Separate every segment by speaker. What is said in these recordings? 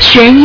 Speaker 1: 悬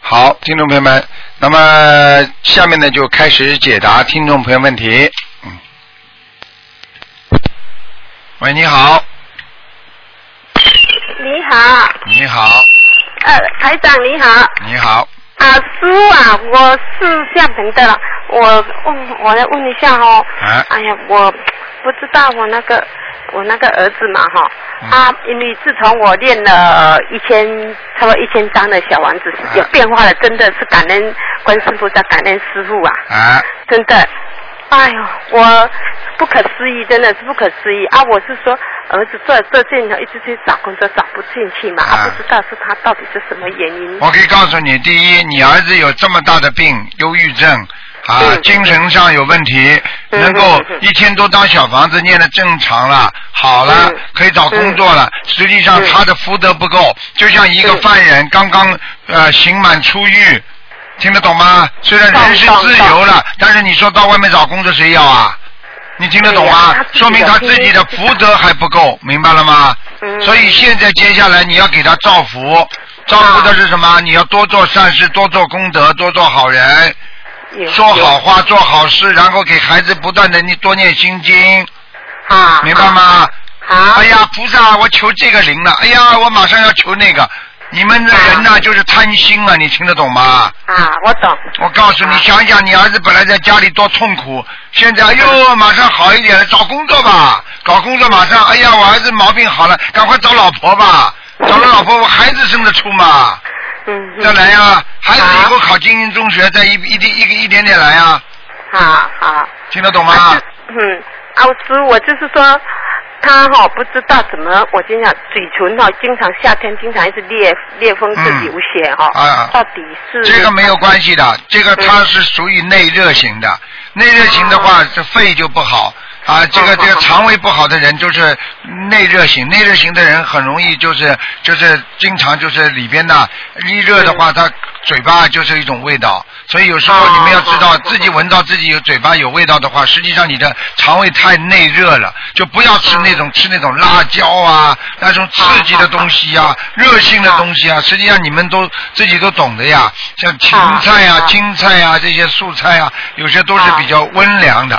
Speaker 2: 好，听众朋友们，那么下面呢就开始解答听众朋友问题。嗯，喂，你好，
Speaker 3: 你好，
Speaker 2: 你好，
Speaker 3: 呃，台长你好，
Speaker 2: 你好，
Speaker 3: 啊，师傅啊，我是这样平的了，我问我来问一下哦，
Speaker 2: 哎，
Speaker 3: 哎呀，我不知道我那个我那个儿子嘛哈、
Speaker 2: 嗯
Speaker 3: 啊，因为自从我练了一千差不多一千张的小王子，
Speaker 2: 哎
Speaker 3: 有变化了，真的是感恩观世菩萨，感恩师傅啊，
Speaker 2: 哎，
Speaker 3: 真的，哎呦，我不可思议，真的是不可思议啊！我是说，儿子这这阵子一直去找工作找不进去嘛，
Speaker 2: 啊
Speaker 3: 啊，不知道是他到底是什么原因。
Speaker 2: 我可以告诉你，第一，你儿子有这么大的病，忧郁症。啊，
Speaker 3: 嗯
Speaker 2: 精神上有问题，
Speaker 3: 嗯
Speaker 2: 能够
Speaker 3: 嗯嗯
Speaker 2: 一千多张小房子念的正常了，好了
Speaker 3: 嗯，
Speaker 2: 可以找工作了。实际上
Speaker 3: 嗯
Speaker 2: 他的福德不够，就像一个
Speaker 3: 嗯
Speaker 2: 犯人刚刚呃刑满出狱，听得懂吗？虽然人是
Speaker 3: 懂懂
Speaker 2: 自由了，但是你说到外面找工作谁要啊？你听得懂吗
Speaker 3: 对呀？他自己
Speaker 2: 说明
Speaker 3: 有
Speaker 2: 他
Speaker 3: 经
Speaker 2: 自己
Speaker 3: 历
Speaker 2: 的
Speaker 3: 是
Speaker 2: 福德还不够，明白了吗？
Speaker 3: 嗯
Speaker 2: 所以现在接下来你要给他造福，造福的是什
Speaker 3: 啊
Speaker 2: 么？你要多做善事，多做功德，多做好人，
Speaker 3: 有
Speaker 2: 说好话，做好事，然后给孩子不断的你多念心经，
Speaker 3: 啊，
Speaker 2: 明白吗？
Speaker 3: 啊？
Speaker 2: 哎呀，菩萨，我求这个灵了，哎呀，我马上要求那个。你们的人呐，就是贪心啊，你听得懂吗？
Speaker 3: 啊，我懂。
Speaker 2: 我告诉你，
Speaker 3: 啊
Speaker 2: 想一想，你儿子本来在家里多痛苦，现在哎呦，马上好一点了，找工作吧，找工作马上，哎呀，我儿子毛病好了，赶快找老婆吧，找了老婆，我孩子生得出嘛？
Speaker 3: 嗯，
Speaker 2: 再来呀、孩子
Speaker 3: 啊
Speaker 2: 以后考精英中学，再一一点一个一点点来呀、
Speaker 3: 好好。
Speaker 2: 听得懂吗？
Speaker 3: 啊就嗯，啊，师，我就是说。他哈、不知道怎么，我经常嘴唇哈、经常夏天经常一直裂裂缝，是
Speaker 2: 嗯
Speaker 3: 流血哈、
Speaker 2: 啊
Speaker 3: 到底是
Speaker 2: 这个没有关系的，这个它是属于内热型的，内热型的
Speaker 3: 哦
Speaker 2: 话，这肺就不好啊，这个
Speaker 3: 好好
Speaker 2: 这个
Speaker 3: 好
Speaker 2: 肠胃不好的人就是内热型，内热型的人很容易就是就是经常就是里边呐一热的话，他嘴巴就是一种味道，所以有时候
Speaker 3: 哦
Speaker 2: 你们要知
Speaker 3: 好
Speaker 2: 道
Speaker 3: 好
Speaker 2: 自己闻到自己有嘴巴有味道的话，实际上你的肠胃太内热了，就不要吃那种吃那种辣椒啊，那种刺激的东西啊，热性的东西啊，实际上你们都自己都懂的呀，像芹菜呀、
Speaker 3: 啊啊
Speaker 2: 青菜呀、这些素菜呀、有些都是比较温凉的，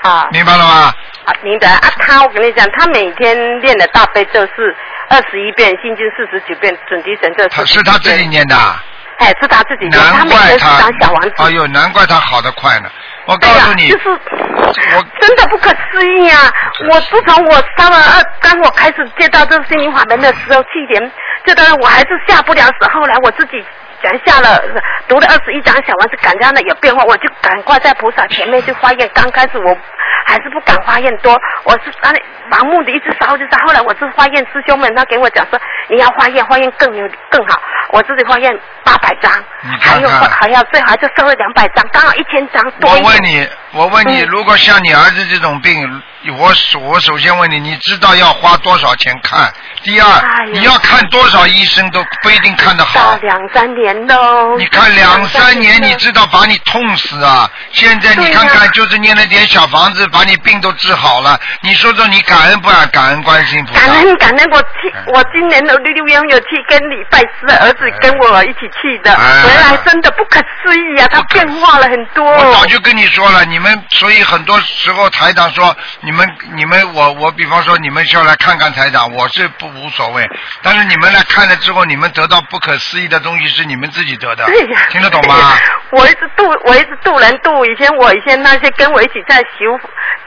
Speaker 3: 啊
Speaker 2: 明白了吗？
Speaker 3: 啊，明白啊！他我跟你讲，他每天练的大悲咒是二十一遍，心经四十九遍，准提神咒
Speaker 2: 他
Speaker 3: 49
Speaker 2: 是他自己
Speaker 3: 遍，
Speaker 2: 念的啊，
Speaker 3: 哎，是他自己念，他
Speaker 2: 难
Speaker 3: 每
Speaker 2: 怪
Speaker 3: 天是
Speaker 2: 他
Speaker 3: 当小王子。
Speaker 2: 哎呦，难怪他好的快呢。我告
Speaker 3: 哎呀
Speaker 2: 诉你，
Speaker 3: 就是
Speaker 2: 我
Speaker 3: 真的不可思议啊！我自从我上了二，当我开始接到这个心灵法门的时候，去年就当然我还是下不了手，后来我自己。讲下了，读了二十一章小王子，感觉呢有变化，我就赶快在菩萨前面去化验。刚开始我还是不敢化验多，我是啊盲目的一直烧一直烧。后来我是化验师兄们，他给我讲说你要化验，化验更有更好。我自己化验八百张
Speaker 2: 你，
Speaker 3: 还有
Speaker 2: 看看
Speaker 3: 还要最好就收了两百张，刚好一千张多
Speaker 2: 啊我
Speaker 3: 一点。
Speaker 2: 问你，我问你，
Speaker 3: 嗯
Speaker 2: 如果像你儿子这种病，我首我首先问你，你知道要花多少钱看？第二，
Speaker 3: 哎呦
Speaker 2: 你要看多少医生都不一定看得
Speaker 3: 到
Speaker 2: 好。
Speaker 3: 两三年喽。
Speaker 2: 你看两三年，
Speaker 3: 两
Speaker 2: 你知道把你痛死啊！现在你
Speaker 3: 对呀
Speaker 2: 看看，就是念了点小房子，把你病都治好了。你说说，你感恩不感感恩观世音菩萨
Speaker 3: 感？恩感恩，我去
Speaker 2: 嗯，
Speaker 3: 我今年的六六月有去跟礼拜师的儿子跟我一起去的，
Speaker 2: 哎
Speaker 3: 回来真的不可思议啊，他
Speaker 2: 不可
Speaker 3: 变化了很多。
Speaker 2: 我早就跟你说了，你们所以很多时候台长说你们你们我我比方说你们需要来看看台长，我是不无所谓，但是你们来看了之后，你们得到不可思议的东西是你们自己得的
Speaker 3: 对呀，，
Speaker 2: 听得懂
Speaker 3: 对
Speaker 2: 吗
Speaker 3: 呀？我一直度，我一直度人度。以前我以前那些跟我一起在修，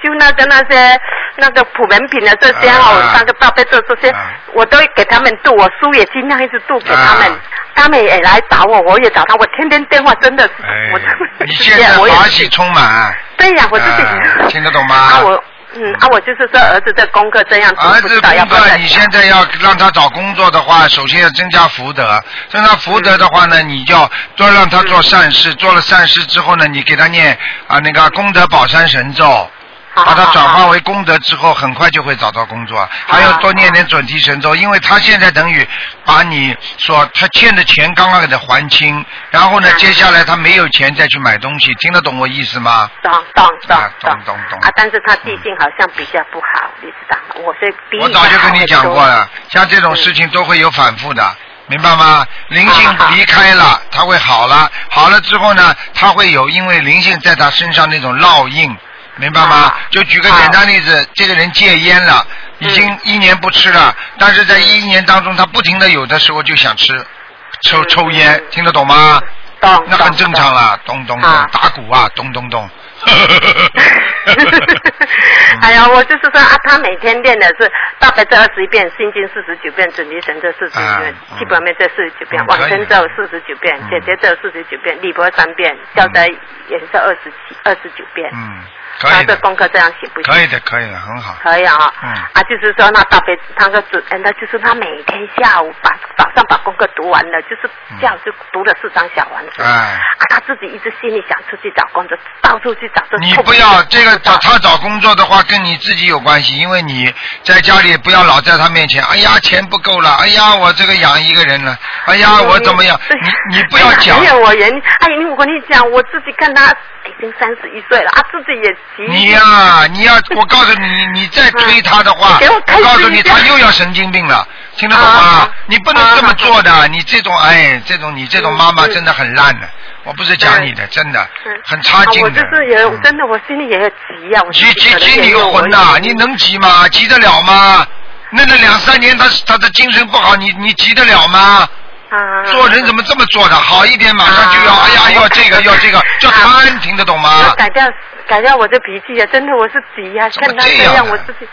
Speaker 3: 就那个那些那个普门品的这些
Speaker 2: 啊
Speaker 3: 哦，那个大悲咒这些
Speaker 2: 啊，
Speaker 3: 我都给他们度，我书也尽量一直度给他们
Speaker 2: 啊。
Speaker 3: 他们也来找我，我也找他，我天天电话真的是，我
Speaker 2: 哎，你
Speaker 3: 真
Speaker 2: 现
Speaker 3: 的
Speaker 2: 在
Speaker 3: 我也
Speaker 2: 法喜充满，哎
Speaker 3: 对呀，我自己
Speaker 2: 啊听得懂吗
Speaker 3: 啊，我嗯，啊，我就是说儿子的功课这样子，
Speaker 2: 儿
Speaker 3: 不
Speaker 2: 子
Speaker 3: 知道要
Speaker 2: 功
Speaker 3: 不要
Speaker 2: 课，
Speaker 3: 再
Speaker 2: 你现在要让他找工作的话，首先要增加福德。增加福德的话呢，
Speaker 3: 嗯
Speaker 2: 你就要多让他做善事。做了善事之后呢，你给他念啊那个功德宝山神咒，
Speaker 3: 好
Speaker 2: 把它
Speaker 3: 好
Speaker 2: 转
Speaker 3: 好
Speaker 2: 化为功德之后，很快就会找到工作。还要多念点准提神咒，因为他现在等于把你所他欠的钱刚刚给他还清，然后呢，
Speaker 3: 嗯
Speaker 2: 接下来他没有钱再去买东西，听得懂我意思吗？
Speaker 3: 懂懂懂
Speaker 2: 啊懂懂懂
Speaker 3: 啊！但是他毕竟好像比较不好，你知道吗？我所以比
Speaker 2: 我
Speaker 3: 你
Speaker 2: 早就跟你讲过
Speaker 3: 好
Speaker 2: 了，像这种事情都会有反复的，明白吗？灵性离开了，它会好了，好了之后呢，它会有因为灵性在他身上那种烙印，明白吗
Speaker 3: 啊？
Speaker 2: 就举个简单例子，这个人戒烟了，
Speaker 3: 嗯
Speaker 2: 已经一年不吃了，但是在一年当中，他不停的有的时候就想吃，抽
Speaker 3: 嗯
Speaker 2: 抽烟
Speaker 3: 嗯，
Speaker 2: 听得懂吗？
Speaker 3: 多懂，
Speaker 2: 那很
Speaker 3: 懂
Speaker 2: 正常。啦，咚咚咚
Speaker 3: 啊，
Speaker 2: 打鼓啊，咚咚 咚。
Speaker 3: 哎呀，我就是说啊，他每天练的是大悲咒二十一遍，心经四十九遍，准提神咒四十九遍
Speaker 2: 啊嗯，
Speaker 3: 基本面咒四十九遍
Speaker 2: 嗯，
Speaker 3: 往
Speaker 2: 可以
Speaker 3: 生咒四十九遍
Speaker 2: 嗯，
Speaker 3: 姐姐咒四十九遍，礼佛三遍，消灾延寿二十七二十九遍。
Speaker 2: 嗯，可
Speaker 3: 他
Speaker 2: 以
Speaker 3: 这
Speaker 2: 的，
Speaker 3: 功课这样写不行
Speaker 2: 可。以的，可以的，很好。
Speaker 3: 可以啊、
Speaker 2: 嗯
Speaker 3: 啊，就是说那大悲，他说主，嗯，那就是他每天下午把早上把功课读完了，就是
Speaker 2: 嗯
Speaker 3: 下午就读了四张小丸子。
Speaker 2: 哎，
Speaker 3: 啊，他自己一直心里想出去找工作，到处去找，都
Speaker 2: 你
Speaker 3: 凑
Speaker 2: 不
Speaker 3: 着
Speaker 2: 要这个
Speaker 3: 找
Speaker 2: 找他找工作的话，跟你自己有关系，因为你在家里不要老在他面前，哎呀，钱不够了，哎呀，我这个养一个人了，哎呀，我怎么样？ 你你不要讲
Speaker 3: 没，有我原因，哎，你我跟你讲，我自己看他已经三十一岁了，啊，自己也急。
Speaker 2: 你呀、你要，我告诉你，你再推他的话，
Speaker 3: 嗯给我开心
Speaker 2: 告诉你，
Speaker 3: 一下
Speaker 2: 他又要神经病了，听得懂吗
Speaker 3: 啊？
Speaker 2: 你不能这么做的，你这种，哎，这种你这种妈妈
Speaker 3: 嗯嗯
Speaker 2: 真的很烂的，我不是讲你的，真的
Speaker 3: 嗯
Speaker 2: 很差劲
Speaker 3: 啊、我
Speaker 2: 的。
Speaker 3: 就是也、
Speaker 2: 嗯
Speaker 3: 真的，我心里也有急呀、我
Speaker 2: 急急
Speaker 3: 可能
Speaker 2: 急
Speaker 3: 也
Speaker 2: 你个
Speaker 3: 有
Speaker 2: 魂
Speaker 3: 我
Speaker 2: 呐、
Speaker 3: 原因
Speaker 2: 你能急吗？急得了吗？弄了两三年，他他的精神不好，你你急得了吗？
Speaker 3: 啊，
Speaker 2: 做人怎么这么做的？好一点马上就要，
Speaker 3: 啊
Speaker 2: 哎呀，要
Speaker 3: 我
Speaker 2: 这个要这个，叫
Speaker 3: 啊
Speaker 2: 贪，听得懂
Speaker 3: 要
Speaker 2: 吗？
Speaker 3: 改掉改掉我的脾气呀、真的我是急呀、
Speaker 2: 怎么
Speaker 3: 看他
Speaker 2: 这
Speaker 3: 这
Speaker 2: 样啊
Speaker 3: 样
Speaker 2: 呢
Speaker 3: 我自己。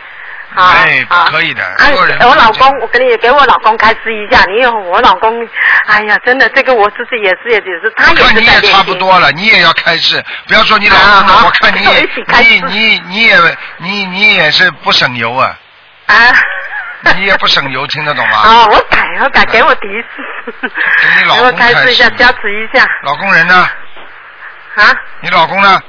Speaker 3: 好
Speaker 2: 哎，
Speaker 3: 好
Speaker 2: 可以的
Speaker 3: 啊，
Speaker 2: 做人。
Speaker 3: 我老公，我给你给我老公开示一下，因为我老公，哎呀，真的这个我自己也是也也是，他
Speaker 2: 我
Speaker 3: 也是
Speaker 2: 看你
Speaker 3: 在
Speaker 2: 也
Speaker 3: 练
Speaker 2: 差不
Speaker 3: 习
Speaker 2: 多了，你也要开始，不要说你老公
Speaker 3: 啊
Speaker 2: 了，
Speaker 3: 好
Speaker 2: 我看你
Speaker 3: 跟我
Speaker 2: 也
Speaker 3: 一起开始
Speaker 2: 你你你也你你也是不省油啊，
Speaker 3: 啊。
Speaker 2: 你也不省油，听得懂吗？
Speaker 3: 啊，我改，我改，给我提示，
Speaker 2: 你老
Speaker 3: 给
Speaker 2: 公
Speaker 3: 哎我开示一下，
Speaker 2: 开示
Speaker 3: 加持一下
Speaker 2: 老公人呢？
Speaker 3: 啊！
Speaker 2: 你老公呢？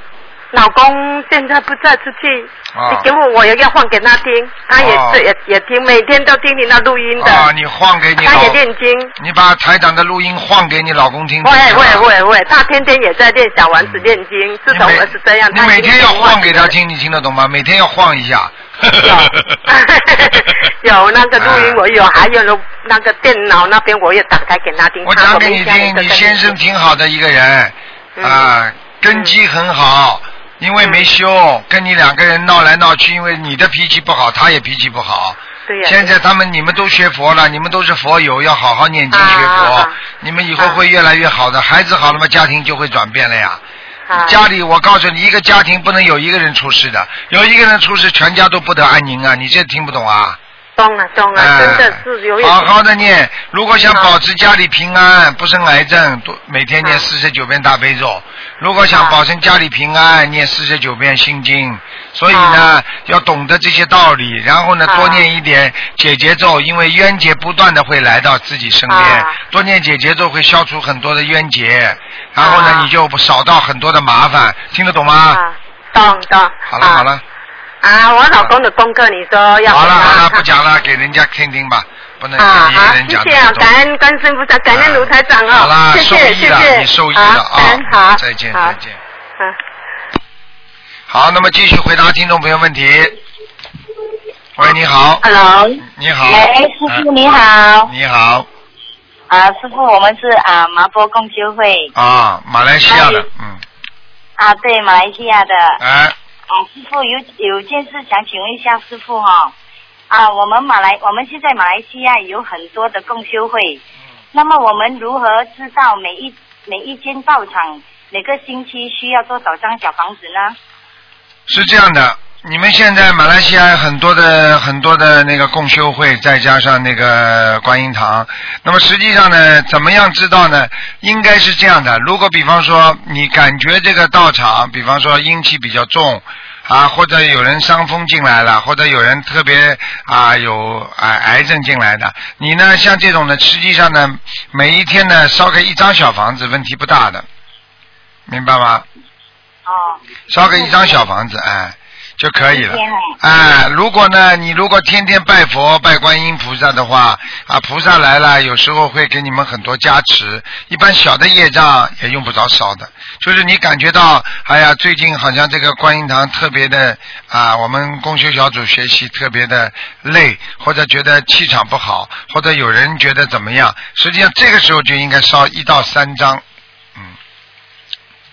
Speaker 3: 老公现在不在出去，
Speaker 2: 啊
Speaker 3: 你给我，我也要换给他听，他也
Speaker 2: 哦
Speaker 3: 是、也也听，每天都听你那录音的，
Speaker 2: 啊，你晃给你
Speaker 3: 他也
Speaker 2: 老
Speaker 3: 念经。
Speaker 2: 你把台长的录音晃给你老公听。
Speaker 3: 会
Speaker 2: 听啊
Speaker 3: 会会会，他天天也在练小丸子念经，自
Speaker 2: 你
Speaker 3: 从
Speaker 2: 每
Speaker 3: 我是这样，
Speaker 2: 你
Speaker 3: 他
Speaker 2: 每
Speaker 3: 已经
Speaker 2: 天要
Speaker 3: 有忘
Speaker 2: 晃给他
Speaker 3: 了。
Speaker 2: 听，你听得懂吗？每天要晃一下。
Speaker 3: 有 有那个录音，我有，还有那那个电脑那边我也打开给他听。
Speaker 2: 我
Speaker 3: 他
Speaker 2: 讲
Speaker 3: 我
Speaker 2: 给
Speaker 3: 们
Speaker 2: 你
Speaker 3: 家
Speaker 2: 听，
Speaker 3: 人都
Speaker 2: 你
Speaker 3: 在
Speaker 2: 先生
Speaker 3: 听
Speaker 2: 挺好的一个人，
Speaker 3: 嗯
Speaker 2: 啊，根基很好，因为没修，跟你两个人闹来闹去，因为你的脾气不好，他也脾气不好。
Speaker 3: 对呀、
Speaker 2: 现在他们你们都学佛了，你们都是佛友，要好好念经学
Speaker 3: 啊
Speaker 2: 佛
Speaker 3: 啊，
Speaker 2: 你们以后会越来越好的。孩子好了嘛，家庭就会转变了呀。
Speaker 3: 啊
Speaker 2: 家里，我告诉你，一个家庭不能有一个人出事的，有一个人出事，全家都不得安宁啊！你这听不懂啊？
Speaker 3: 懂了懂了，啊真的是有
Speaker 2: 哎
Speaker 3: 点
Speaker 2: 好好的念，如果想
Speaker 3: 啊
Speaker 2: 保持家里平安，不生癌症，多每天念
Speaker 3: 啊
Speaker 2: 四十九遍大悲咒；如果想
Speaker 3: 啊
Speaker 2: 保证家里平安，念四十九遍心经。所以呢，要懂得这些道理，然后呢，
Speaker 3: 啊
Speaker 2: 多念一点解结咒，因为冤结不断的会来到自己身边，
Speaker 3: 啊
Speaker 2: 多念解结咒会消除很多的冤结，然后呢，
Speaker 3: 啊
Speaker 2: 你就少到很多的麻烦，听得懂吗？
Speaker 3: 啊，懂懂。
Speaker 2: 好了
Speaker 3: 啊
Speaker 2: 好了。
Speaker 3: 啊，我老公的功课你说要
Speaker 2: 好
Speaker 3: 给
Speaker 2: 了
Speaker 3: 他
Speaker 2: 好了，不讲了，给人家听听吧，不能
Speaker 3: 啊
Speaker 2: 给一个
Speaker 3: 好，
Speaker 2: 人
Speaker 3: 谢
Speaker 2: 讲
Speaker 3: 谢
Speaker 2: 太，
Speaker 3: 啊
Speaker 2: 多。啊
Speaker 3: 感恩观世音菩萨，感恩卢台长哦，
Speaker 2: 好啦，
Speaker 3: 谢
Speaker 2: 受
Speaker 3: 谢
Speaker 2: 益
Speaker 3: 谢
Speaker 2: 了，
Speaker 3: 谢，
Speaker 2: 你受益了
Speaker 3: 好
Speaker 2: 啊！
Speaker 3: 感恩好，
Speaker 2: 再见
Speaker 3: 好
Speaker 2: 再，见。
Speaker 3: 嗯。
Speaker 2: 好，那么继续回答听众朋友问题。喂，你好，
Speaker 4: Hello，
Speaker 2: 你好，
Speaker 4: 喂，师傅你好
Speaker 2: 哎，你好
Speaker 4: 啊，师傅，我们是啊麻坡共修会
Speaker 2: 啊，马来西亚的
Speaker 4: 哎，
Speaker 2: 嗯，
Speaker 4: 啊，对，马来西亚的
Speaker 2: 哎，
Speaker 4: 啊，师傅有有件事想请问一下师傅哈、啊，我们马来我们现在马来西亚有很多的共修
Speaker 2: 嗯
Speaker 4: 会，那么我们如何知道每一每一间道场每个星期需要多少张小房子呢？
Speaker 2: 是这样的，你们现在马来西亚有很多的很多的那个共修会，再加上那个观音堂，那么实际上呢，怎么样知道呢？应该是这样的，如果比方说你感觉这个道场，比方说阴气比较重。啊，或者有人伤风进来了，或者有人特别啊有啊癌症进来的，你呢像这种呢，实际上呢，每一天呢烧个一张小房子问题不大的，明白吗？
Speaker 4: 哦，
Speaker 2: 烧个一张小房子，哎，就可以了
Speaker 4: 一天哎。
Speaker 2: 哎，如果呢，你如果天天拜佛、拜观音菩萨的话，啊，菩萨来了，有时候会给你们很多加持。一般小的业障也用不着烧的，就是你感觉到，哎呀，最近好像这个观音堂特别的啊，我们共修小组学习特别的累，或者觉得气场不好，或者有人觉得怎么样，实际上这个时候就应该烧一到三张。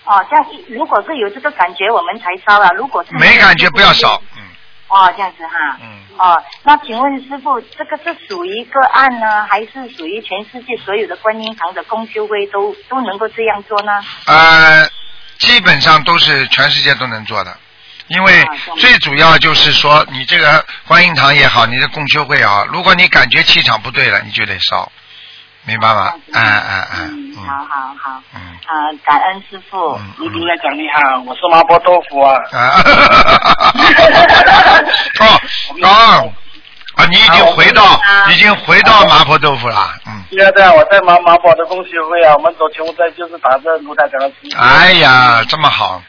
Speaker 4: 哦，这样一如果是有这个感觉，我们才烧了。如果是
Speaker 2: 没感觉不要烧，嗯。
Speaker 4: 哦，这样子哈。
Speaker 2: 嗯。
Speaker 4: 哦，那请问师傅，这个是属于个案呢，还是属于全世界所有的观音堂的公修会都都能够这样做呢？
Speaker 2: 呃，基本上都是全世界都能做的，因为
Speaker 4: 啊懂了
Speaker 2: 最主要就是说，你这个观音堂也好，你的共修会也好，如果你感觉气场不对了，你就得烧，明白吗？
Speaker 4: 这
Speaker 2: 哎
Speaker 4: 样子
Speaker 2: 哎哎，
Speaker 4: 啊嗯，好
Speaker 2: 嗯
Speaker 4: 好好，
Speaker 2: 嗯
Speaker 4: 啊、感恩师傅。
Speaker 2: 嗯
Speaker 5: 卢卢台长你好，我是麻婆豆腐 啊。
Speaker 2: 啊， 哦哦啊，你已经回到已经回到麻婆豆腐了，嗯，
Speaker 5: 对啊对啊，我在麻麻婆的共修会啊，我们走球在就是打着卢台长的旗。
Speaker 6: 嗯
Speaker 2: 哎呀，这么好。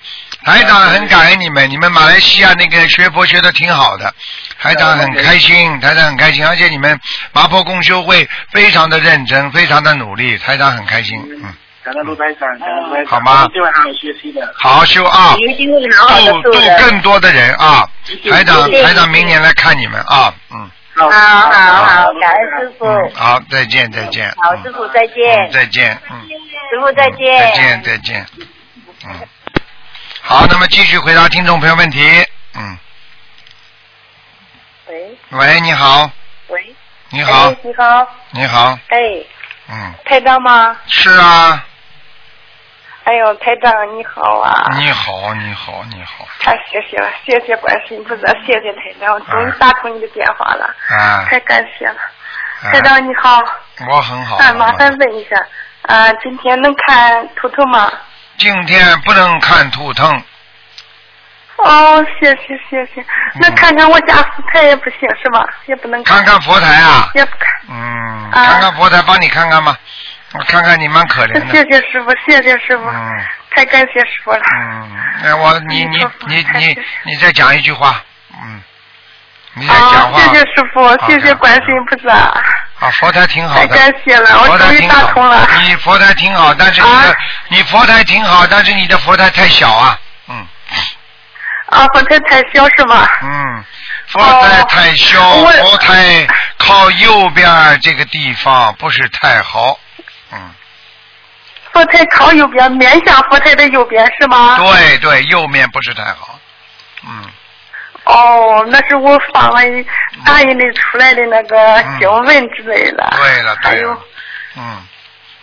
Speaker 2: 台长很感恩你们，你们马来西亚那个学佛学的挺好的，台长很开心，台长很开心，而且你们麻婆共修会非常的认真，非常的努力，台长很开心，嗯，
Speaker 5: 感恩卢台长，感恩卢台长，
Speaker 2: 好吗
Speaker 5: 我一定会好好学习的。
Speaker 2: 好好修啊，
Speaker 4: 一定会嗯好好
Speaker 7: 哎
Speaker 2: 度
Speaker 4: 的做
Speaker 2: 度
Speaker 4: 的。
Speaker 2: 更多的人啊，台长
Speaker 4: 谢谢
Speaker 2: 台长明年来看你们啊，嗯，
Speaker 5: 好
Speaker 4: 好好好，感恩师傅。
Speaker 2: 嗯好，再见再见，
Speaker 4: 好，
Speaker 2: 嗯
Speaker 4: 师傅再见
Speaker 2: 嗯，再见，嗯。
Speaker 4: 师傅再见。
Speaker 2: 再见，再见。嗯，好，那么继续回答听众朋友问题。嗯，
Speaker 8: 喂
Speaker 2: 喂，你好，
Speaker 8: 喂，
Speaker 2: 你好
Speaker 8: 哎，，你好，
Speaker 2: 你好，
Speaker 8: 哎，
Speaker 2: 嗯，
Speaker 8: 台长吗？
Speaker 2: 是啊，
Speaker 8: 哎呦，台长你好啊！
Speaker 2: 你好，你好，你好，
Speaker 8: 太谢谢了，谢谢观世音菩萨，谢谢台长，我终于
Speaker 2: 啊
Speaker 8: 打通你的电话了，
Speaker 2: 啊，
Speaker 8: 太感谢了。
Speaker 2: 啊
Speaker 8: 台长你好，
Speaker 2: 我很好。
Speaker 8: 啊，麻烦问一下，啊，今天能看图图吗？
Speaker 2: 今天不能看图腾，
Speaker 8: 哦，谢谢谢谢，那看看我家福台也不行是吧？也不能
Speaker 2: 嗯看看佛台啊，
Speaker 8: 也不看。啊
Speaker 2: 嗯，看看佛台，帮你看看吧，我看看你蛮可怜
Speaker 8: 谢
Speaker 2: 的，
Speaker 8: 谢师傅，谢谢师傅，
Speaker 2: 嗯
Speaker 8: 太感谢师傅了。
Speaker 2: 嗯，哎我你
Speaker 8: 嗯
Speaker 2: 你你你你再讲一句话，嗯，你再讲
Speaker 8: 啊，
Speaker 2: 话。
Speaker 8: 谢谢师傅，谢谢
Speaker 2: 好
Speaker 8: 观世音菩萨。
Speaker 2: 啊，佛台挺好
Speaker 8: 太
Speaker 2: 的，
Speaker 8: 感谢了，
Speaker 2: 佛
Speaker 8: 我
Speaker 2: 台
Speaker 8: 终于
Speaker 2: 挺
Speaker 8: 打通了
Speaker 2: 好。，你佛台挺好，但是你的、
Speaker 8: 啊
Speaker 2: 你佛台挺好，但是你的佛台太小啊，嗯
Speaker 8: 啊，佛台太小是吗？哦
Speaker 2: 嗯，佛台太小，
Speaker 8: 我
Speaker 2: 佛台靠右边儿这个地方不是太好，嗯，
Speaker 8: 佛台靠右边，面向佛台的右边是吗？
Speaker 2: 对对，右面不是太好，嗯
Speaker 8: 哦，那是我放了一打印的出来的那个
Speaker 2: 嗯
Speaker 8: 经文之类的。
Speaker 2: 对了
Speaker 8: 还
Speaker 2: 对
Speaker 8: 有
Speaker 2: 了，嗯，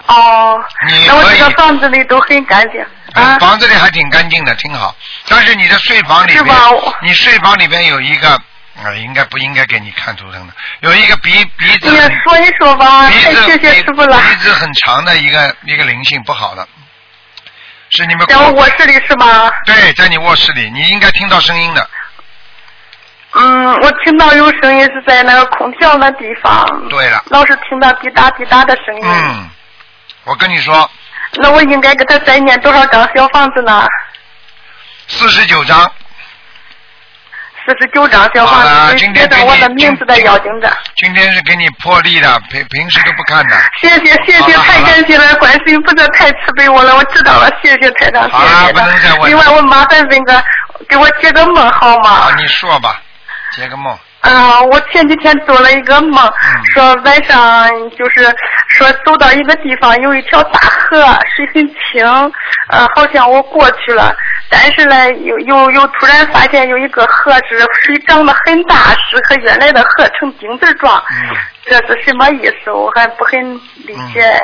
Speaker 8: 哦
Speaker 2: 你，
Speaker 8: 那我
Speaker 2: 可以
Speaker 8: 这个房子里都很干净啊。
Speaker 2: 哎房子里还挺干净的，挺好，但是你的睡房里
Speaker 8: 是
Speaker 2: 面
Speaker 8: 吧我，
Speaker 2: 你睡房里面有一个。啊，应该不应该给你看图腾的？有一个鼻鼻子
Speaker 8: 你
Speaker 2: 很
Speaker 8: 说一说吧，
Speaker 2: 鼻
Speaker 8: 太
Speaker 2: 子
Speaker 8: 啊哎谢谢师傅了。
Speaker 2: 鼻子很长的一个一个灵性不好的，是你们
Speaker 8: 在我卧室里是吗？
Speaker 2: 对，在你卧室里，你应该听到声音的。
Speaker 8: 嗯，我听到有声音是在那个空调那地方，
Speaker 2: 对了，
Speaker 8: 老是听到滴答滴答的声音。
Speaker 2: 嗯，我跟你说，
Speaker 8: 那我应该给他再念多少张小房子呢？
Speaker 2: 四十九章，
Speaker 8: 四十九张小
Speaker 2: 好了
Speaker 8: 房子，
Speaker 2: 今
Speaker 8: 写
Speaker 2: 天给
Speaker 8: 着
Speaker 2: 你
Speaker 8: 我的名字的
Speaker 2: 今
Speaker 8: 妖精的。
Speaker 2: 今天是给你破例的，平平时都不看的。
Speaker 8: 谢谢谢
Speaker 2: 好
Speaker 8: 谢，
Speaker 2: 了好
Speaker 8: 太
Speaker 2: 了
Speaker 8: 感谢了，观世音菩萨太慈悲我了，我知道了，谢谢台长，
Speaker 2: 好了
Speaker 8: 谢谢
Speaker 2: 不能再
Speaker 8: 的。
Speaker 2: 问
Speaker 8: 另外，我麻烦问个，给我解个梦好吗
Speaker 2: 啊，？你说吧，接个梦。
Speaker 8: 啊，我前几天做了一个梦，说晚上就是说走到一个地方，有一条大河，水很清，呃，好像我过去了，但是呢，又又又突然发现有一个河是水涨得很大，是和原来的河成丁字状，
Speaker 2: 嗯，
Speaker 8: 这是什么意思？我还不很理解。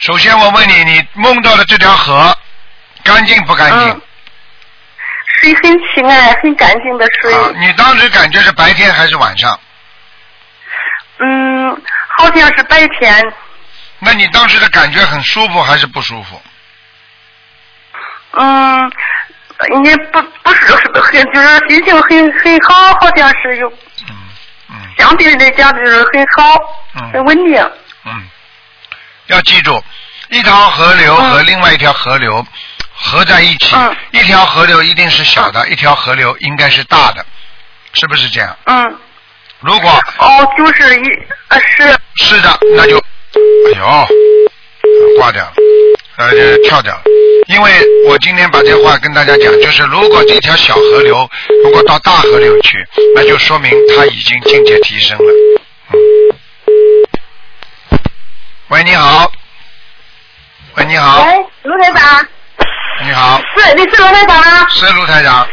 Speaker 2: 首先我问你，你梦到的这条河干净不干净
Speaker 8: 嗯？水很清哎，很干净的水，
Speaker 2: 啊，你当时感觉是白天还是晚上？
Speaker 8: 嗯，好像是白天，
Speaker 2: 那你当时的感觉很舒服还是不舒服？
Speaker 8: 嗯，
Speaker 9: 也不不是很，就是心情很很好，好像是有相对来讲就是很好，
Speaker 2: 嗯
Speaker 9: 很稳定。
Speaker 2: 嗯，要记住，一条河流和另外一条河流合在一起，一条河流一定是小的，一条河流应该是大的，是不是这样？
Speaker 9: 嗯，
Speaker 2: 如果
Speaker 9: 哦，就是一呃是
Speaker 2: 是的，那就，哎呦，挂掉了，呃，就跳掉了。因为我今天把这话跟大家讲，就是如果这条小河流如果到大河流去，那就说明它已经境界提升了。嗯。喂，你好。喂，你好。
Speaker 8: 喂，卢台长，
Speaker 2: 你好，
Speaker 8: 是你是卢台长
Speaker 10: 啊
Speaker 8: 吗？
Speaker 2: 是卢台长，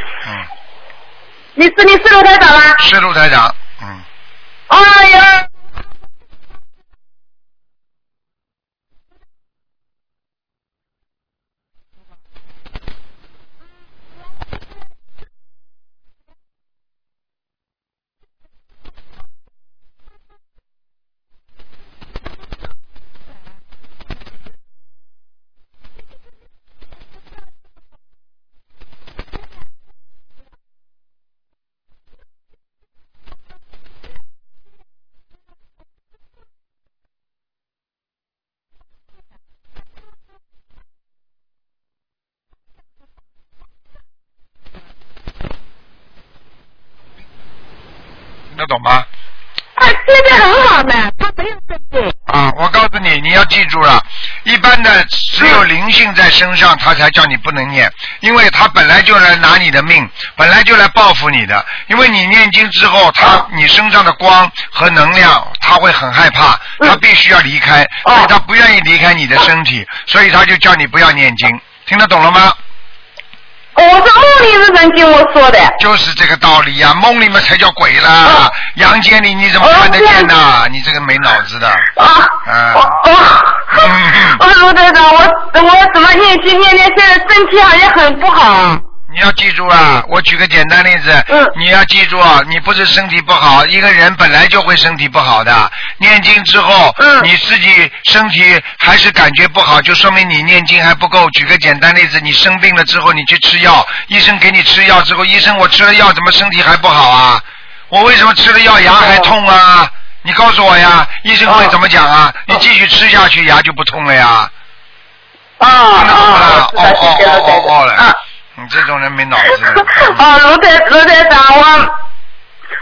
Speaker 8: 你是你是卢台长吗？
Speaker 2: 是卢台长。
Speaker 8: 哎呀，
Speaker 2: 听得懂吗？
Speaker 8: 他现在啊很好呢，他没有生病。
Speaker 2: 啊，我告诉你，你要记住了，一般的只有灵性在身上，他才叫你不能念，因为他本来就来拿你的命，本来就来报复你的。因为你念经之后，
Speaker 8: 啊
Speaker 2: 他你身上的光和能量，他会很害怕，
Speaker 8: 嗯
Speaker 2: 他必须要离开，
Speaker 8: 啊
Speaker 2: 所以他不愿意离开你的身体，所以他就叫你不要念经。听得懂了吗？
Speaker 8: 我是哦梦里是人跟我说的。哦
Speaker 2: 就是这个道理呀、梦里面才叫鬼啦，阳间里你怎么看得见呢、你这个没脑子的。
Speaker 8: 啊。
Speaker 2: 啊。
Speaker 8: 我说卢台长，我我怎么念经念念，现在身体好像很不好。
Speaker 2: 你要记住啊，我举个简单例子，你要记住啊，你不是身体不好，一个人本来就会身体不好的。念经之后，你自己身体还是感觉不好，就说明你念经还不够。举个简单例子，你生病了之后，你去吃药，医生给你吃药之后，医生我吃了药怎么身体还不好啊？我为什么吃了药牙还痛啊？你告诉我呀，医生会怎么讲啊？你继续吃下去，牙就不痛了呀。啊！
Speaker 8: 啊
Speaker 2: 哦哦哦哦了，你这种人没脑子的。
Speaker 8: 啊，卢台卢台长，我，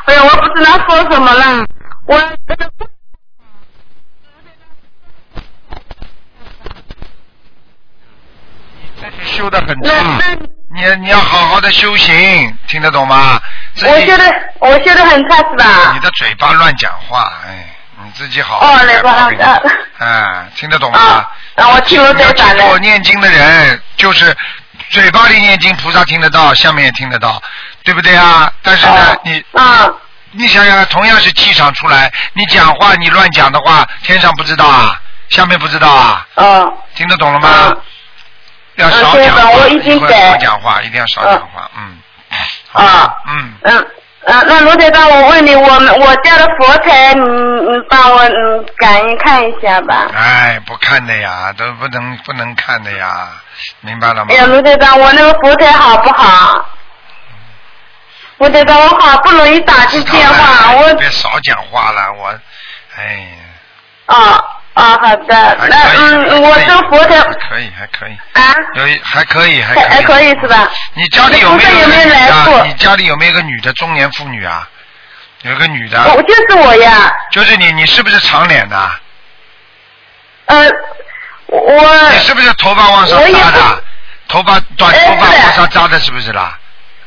Speaker 8: 哎呀，我不知道说什么了，我。
Speaker 2: 修的很差，你你要好好的修行，听得懂吗？自己
Speaker 8: 我修得我修得很差是吧？
Speaker 2: 你的嘴巴乱讲话，哎，你自己好好
Speaker 8: 啊哦，
Speaker 2: 改
Speaker 8: 来吧，
Speaker 2: 毛病。
Speaker 8: 啊，
Speaker 2: 哎，听得懂吗？
Speaker 8: 啊我听得懂
Speaker 2: 你要记
Speaker 8: 了
Speaker 2: 住，念经的人就是嘴巴里念经，菩萨听得到，下面也听得到，对不对啊？但是呢，你
Speaker 8: 啊，
Speaker 2: 你想想，同样是气场出来，你讲话你乱讲的话，天上不知道啊，下面不知道啊。
Speaker 8: 嗯。
Speaker 2: 听得懂了吗？要少
Speaker 8: 哦对
Speaker 2: 讲
Speaker 8: 吧
Speaker 2: 话，
Speaker 8: 我已
Speaker 2: 一
Speaker 8: 经哦
Speaker 2: 会儿
Speaker 8: 改
Speaker 2: 少讲话，一定要少讲话，嗯。
Speaker 8: 啊，
Speaker 2: 嗯
Speaker 8: 嗯。嗯，那卢台长，我问你，我们我家的佛台，你你帮我嗯感应看一下吧。
Speaker 2: 哎，不看的呀，都不能不能看的呀，明白了吗
Speaker 8: 哎？呀，卢台长，我那个佛台好不好？卢台长，我好不容易打进电话，
Speaker 2: 哎
Speaker 8: 我
Speaker 2: 别少讲话了，我，哎，
Speaker 8: 啊啊好的，那
Speaker 2: 哎
Speaker 8: 嗯，我这个佛台
Speaker 2: 还可以，还可以。
Speaker 8: 啊？
Speaker 2: 有一还可以，还
Speaker 8: 还还可以是吧？
Speaker 2: 哎你家里有没有
Speaker 8: 那菩萨
Speaker 2: 一
Speaker 8: 有
Speaker 2: 个
Speaker 8: 没有
Speaker 2: 女
Speaker 8: 来
Speaker 2: 的？
Speaker 8: 过
Speaker 2: 你家里有没有一个女的中年妇女啊？有一个女的。
Speaker 8: 我就是我呀。
Speaker 2: 就是你，你是不是长脸的？
Speaker 8: 呃，我
Speaker 2: 你是不是头发往上
Speaker 8: 我也
Speaker 2: 扎
Speaker 8: 不哎
Speaker 2: 的？头发短头发往上扎的，是不是啦？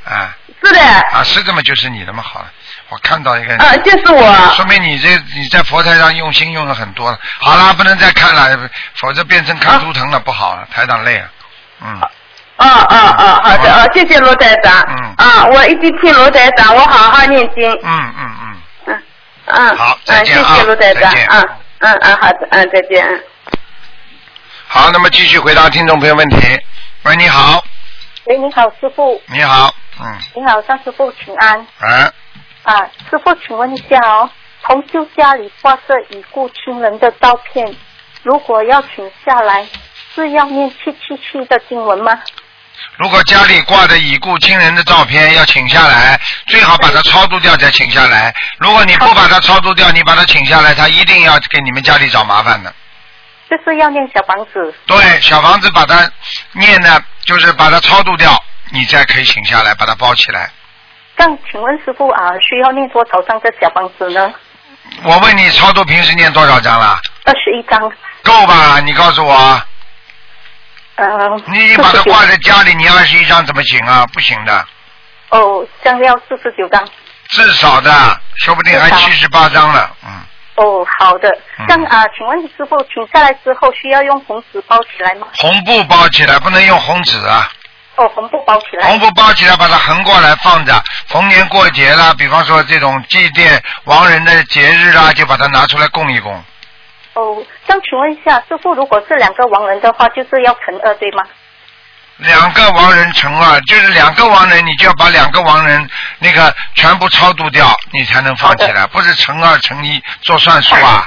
Speaker 2: 啊。
Speaker 8: 是的。
Speaker 2: 啊，是这么就是你的嘛？好了，我看到一个。
Speaker 8: 啊就是我
Speaker 2: 说明你这你在佛台上用心用了很多了。好
Speaker 8: 嗯
Speaker 2: 啦，不能再看了，否则变成看图腾了，不好了，台长累了。嗯。
Speaker 8: 啊啊啊，好的，啊，谢谢罗台长。
Speaker 2: 嗯
Speaker 8: 啊，我一直听罗台长，我好好念经。
Speaker 2: 嗯嗯嗯。
Speaker 8: 嗯。
Speaker 2: 好再见啊
Speaker 8: 谢谢罗台长
Speaker 2: 再见。
Speaker 8: 嗯嗯嗯，好的，嗯，再见。嗯
Speaker 2: 好，那么继续回答听众朋友问题。喂，你好，
Speaker 7: 喂，你好，师傅，
Speaker 2: 你好，嗯，
Speaker 7: 你好，张师傅，请安
Speaker 2: 哎，
Speaker 7: 啊，师傅，请问一下哦，同修家里挂着已故亲人的照片，如果要请下来，是要念七七七的经文吗？
Speaker 2: 如果家里挂着已故亲人的照片，要请下来，最好把它超度掉再请下来。如果你不把它超度掉，你把它请下来，他一定要给你们家里找麻烦的。
Speaker 7: 就是要念小房子。
Speaker 2: 对，小房子把它念呢，就是把它超度掉，你再可以请下来，把它包起来。
Speaker 7: 这样，请问师傅啊，需要念多少张的小房子呢？
Speaker 2: 我问你，超度平时念多少张了？
Speaker 7: 二十一张。
Speaker 2: 够吧？你告诉我，
Speaker 7: 呃，
Speaker 2: 你已经把它挂在家里，你二十一张怎么行啊？不行的，
Speaker 7: 哦，这样要四十九张。
Speaker 2: 至少的，说不定还
Speaker 7: 至少
Speaker 2: 七十八张了。嗯，
Speaker 7: 哦，好的。
Speaker 2: 嗯
Speaker 7: 这样啊，请问师傅，请下来之后需要用红纸包起来吗？
Speaker 2: 红布包起来，不能用红纸啊。
Speaker 7: 哦，红布包起来。
Speaker 2: 红布包起来，把它横过来放着。逢年过节啦，比方说这种祭奠亡人的节日啦，就把它拿出来供一供。
Speaker 7: 哦，这样请问一下，师傅，如果是两个亡人的话，就是要乘二对吗？
Speaker 2: 两个亡人成啊，就是两个亡人，你就要把两个亡人那个全部超度掉，你才能放起来，不是乘二乘一做算术啊。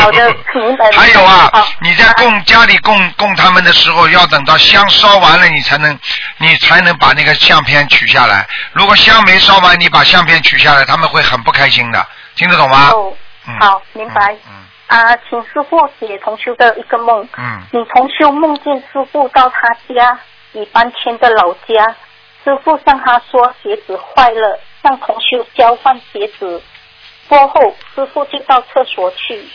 Speaker 7: 好的，明白。
Speaker 2: 还有啊
Speaker 7: 好，
Speaker 2: 你在供家里供供他们的时候，要等到香烧完了，你才能你才能把那个相片取下来。如果香没烧完，你把相片取下来，他们会很不开心的，听得懂吗？
Speaker 7: 哦，
Speaker 2: 嗯
Speaker 7: 好，明白。
Speaker 2: 嗯
Speaker 7: 啊，请师傅解同修的一个梦。
Speaker 2: 嗯，
Speaker 7: 你同修梦见师傅到他家，已搬迁的老家，师傅向他说鞋子坏了，让同修交换鞋子。过后，师傅就到厕所去。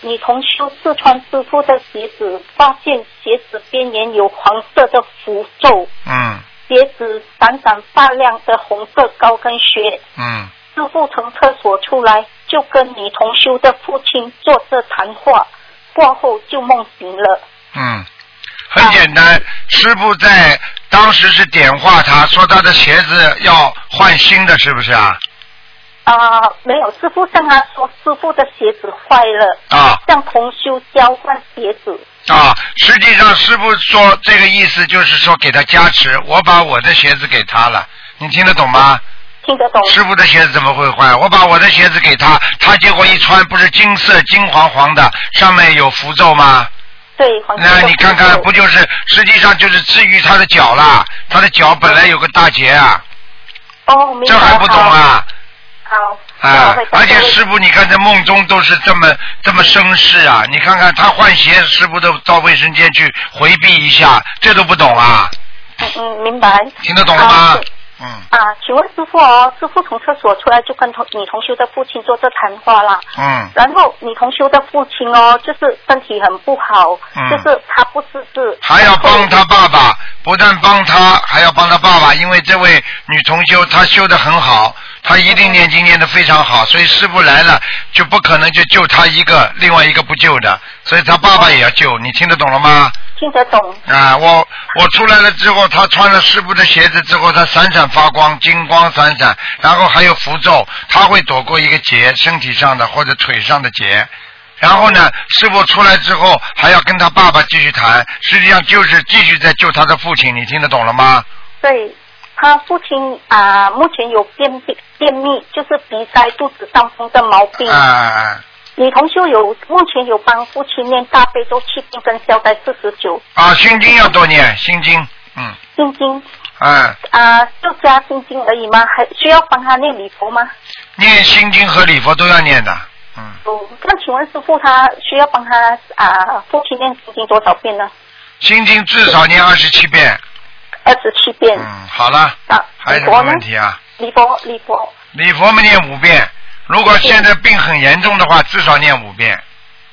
Speaker 7: 你同修试穿师傅的鞋子，发现鞋子边沿有黄色的符咒，
Speaker 2: 嗯
Speaker 7: 鞋子闪闪发亮的红色高跟鞋。
Speaker 2: 嗯
Speaker 7: 师傅从厕所出来，就跟你同修的父亲坐着谈话，过后就梦醒了。
Speaker 2: 嗯，很简单。师傅在当时是点化他，说他的鞋子要换新的，是不是啊？
Speaker 7: 啊、没有，师傅向他说师傅的鞋子坏了，
Speaker 2: 啊
Speaker 7: 向同修交换鞋子。
Speaker 2: 啊！实际上，师傅说这个意思就是说给他加持，我把我的鞋子给他了，你听得懂吗？
Speaker 7: 听得懂？
Speaker 2: 师傅的鞋子怎么会坏？我把我的鞋子给他，他结果一穿不是金色金黄黄的，上面有符咒吗？
Speaker 7: 对，黄
Speaker 2: 那你看看，不
Speaker 7: 就
Speaker 2: 就是实际上就是至于他的脚啦？他的脚本来有个大结啊，
Speaker 7: 哦，明白
Speaker 2: 这还不懂啊？
Speaker 7: 好，好
Speaker 2: 啊
Speaker 7: 那我会！
Speaker 2: 而且师傅，你看在梦中都是这么这么绅士啊！你看看他换鞋，师傅都到卫生间去回避一下，这都不懂啊？
Speaker 7: 嗯嗯，明白。
Speaker 2: 听得懂了吗
Speaker 7: 啊是？
Speaker 2: 嗯
Speaker 7: 啊，请问师傅哦，师傅从厕所出来就跟同你同修的父亲坐着谈话啦。
Speaker 2: 嗯
Speaker 7: 然后你同修的父亲哦，就是身体很不好，
Speaker 2: 嗯
Speaker 7: 就是他不识字，
Speaker 2: 还要帮他爸爸，不但帮他，还要帮他爸爸，因为这位女同修她修得很好，她一定念经念得非常好，所以师傅来了就不可能就救她一个，另外一个不救的，所以她爸爸也要救，你听得懂了吗？
Speaker 7: 听得懂。
Speaker 2: 啊，我我出来了之后，她穿了师傅的鞋子之后，她闪闪发光，金光闪闪，然后还有符咒，她会躲过一个劫，身体上的或者腿上的劫。然后呢，师傅出来之后还要跟他爸爸继续谈，实际上就是继续在救他的父亲，你听得懂了吗？
Speaker 7: 对，他父亲啊、目前有便秘、便秘，就是鼻塞、肚子胀风的毛病。
Speaker 2: 啊、
Speaker 7: 你同修有目前有帮父亲念大悲咒七经跟消灾四十九
Speaker 2: 啊，心经要多念心经，嗯，
Speaker 7: 心经
Speaker 2: 啊，
Speaker 7: 啊、就加心经而已吗？还需要帮他念礼佛吗？
Speaker 2: 念心经和礼佛都要念的，嗯。
Speaker 7: 哦，那请问师傅他需要帮他啊、父亲念心经多少遍呢？
Speaker 2: 心经至少念二十七遍，
Speaker 7: 二十七遍。
Speaker 2: 嗯，好了，
Speaker 7: 啊，
Speaker 2: 还
Speaker 7: 礼
Speaker 2: 有什么
Speaker 7: 佛呢
Speaker 2: 问？题啊？
Speaker 7: 礼佛，礼佛。
Speaker 2: 礼佛们念五遍，如果现在病很严重的话，至少念五遍。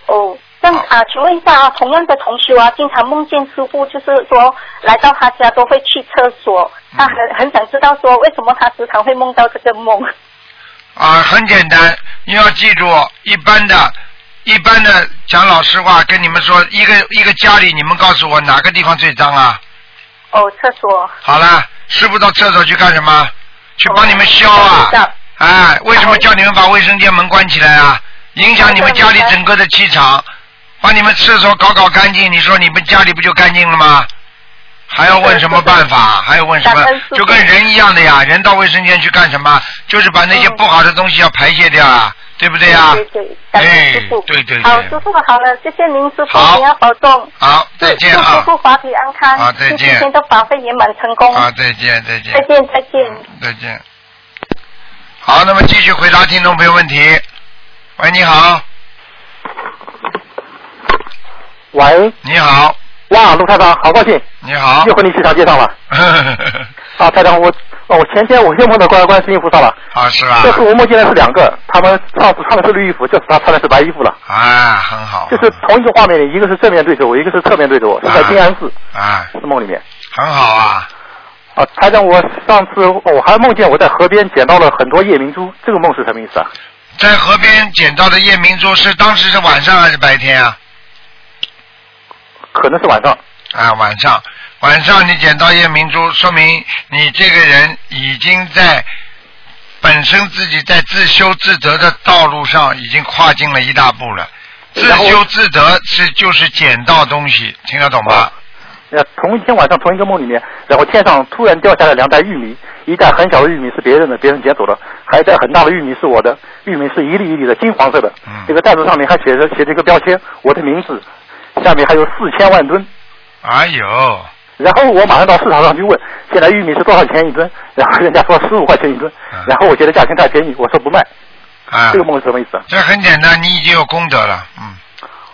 Speaker 7: 哦，那啊，请问一下啊，同样的同修啊，经常梦见师傅，就是说来到他家都会去厕所，他很很想知道说为什么他时常会梦到这个梦。
Speaker 2: 啊，很简单，你要记住，一般的、一般的，讲老实话，跟你们说，一个一个家里，你们告诉我哪个地方最脏啊？
Speaker 7: 哦，厕所。
Speaker 2: 好了，师傅到厕所去干什么？去帮你们消
Speaker 7: 哦
Speaker 2: 啊！哎，为什么叫你们把卫生间门关起来啊？影响你们家里整个的气场，把你们厕所搞搞干净，你说你们家里不就干净了吗？还要问什么办法？还要问什么
Speaker 7: 感恩师？父
Speaker 2: 就跟人一样的呀，人到卫生间去干什么？就是把那些不好的东西要排泄掉啊，对不对呀、
Speaker 7: 嗯对对对，感恩师傅。
Speaker 2: 哎对对对
Speaker 7: 好，师傅好了，谢谢您，师
Speaker 2: 好
Speaker 7: 傅，您要保重。
Speaker 2: 好，再
Speaker 7: 祝
Speaker 2: 见
Speaker 7: 师
Speaker 2: 啊！
Speaker 7: 傅法体安康。
Speaker 2: 好再见
Speaker 7: 祝今天的法会圆满成功。
Speaker 2: 啊，再见，再见
Speaker 7: 再，见，再见。
Speaker 2: 再见。好，那么继续回答听众朋友问题。喂，你好，
Speaker 11: 喂，
Speaker 2: 你好，
Speaker 11: 哇，陆太长，好高兴，
Speaker 2: 你好
Speaker 11: 又。和你去条街上了。啊，太长，我哦，我前天我又梦到观观世音菩萨了。
Speaker 2: 好是吧
Speaker 11: 这？次我梦见的是两个，他们上次穿的是绿衣服，这次他穿的是白衣服了。
Speaker 2: 啊，很好。
Speaker 11: 就是同一个画面里，一个是正面对着我，一个是侧面对着我，是在
Speaker 2: 啊
Speaker 11: 静安寺
Speaker 2: 啊，
Speaker 11: 是梦里面。
Speaker 2: 很好啊，
Speaker 11: 啊，台长，我上次哦我还梦见我在河边捡到了很多夜明珠，这个梦是什么意思啊？
Speaker 2: 在河边捡到的夜明珠是当时是晚上还是白天啊？
Speaker 11: 可能是晚上。
Speaker 2: 啊，晚上，晚上你捡到夜明珠，说明你这个人已经在本身自己在自修自得的道路上已经跨进了一大步了。自
Speaker 11: 然后
Speaker 2: 修自得是就是捡到东西，听得懂吗？
Speaker 11: 呃，同一天晚上同一个梦里面，然后天上突然掉下来两袋玉米，一袋很小的玉米是别人的，别人捡走了，还有一袋很大的玉米是我的，玉米是一粒一粒的金黄色的，
Speaker 2: 嗯
Speaker 11: 这个袋子上面还写着写着一个标签，我的名字，下面还有四千万吨。
Speaker 2: 哎呦，
Speaker 11: 然后我马上到市场上去问，现在玉米是多少钱一吨？然后人家说十五块钱一吨
Speaker 2: 嗯，
Speaker 11: 然后我觉得价钱太便宜，我说不卖。
Speaker 2: 啊
Speaker 11: 这，个梦是什么意思？啊
Speaker 2: 这很简单，你已经有功德了，嗯。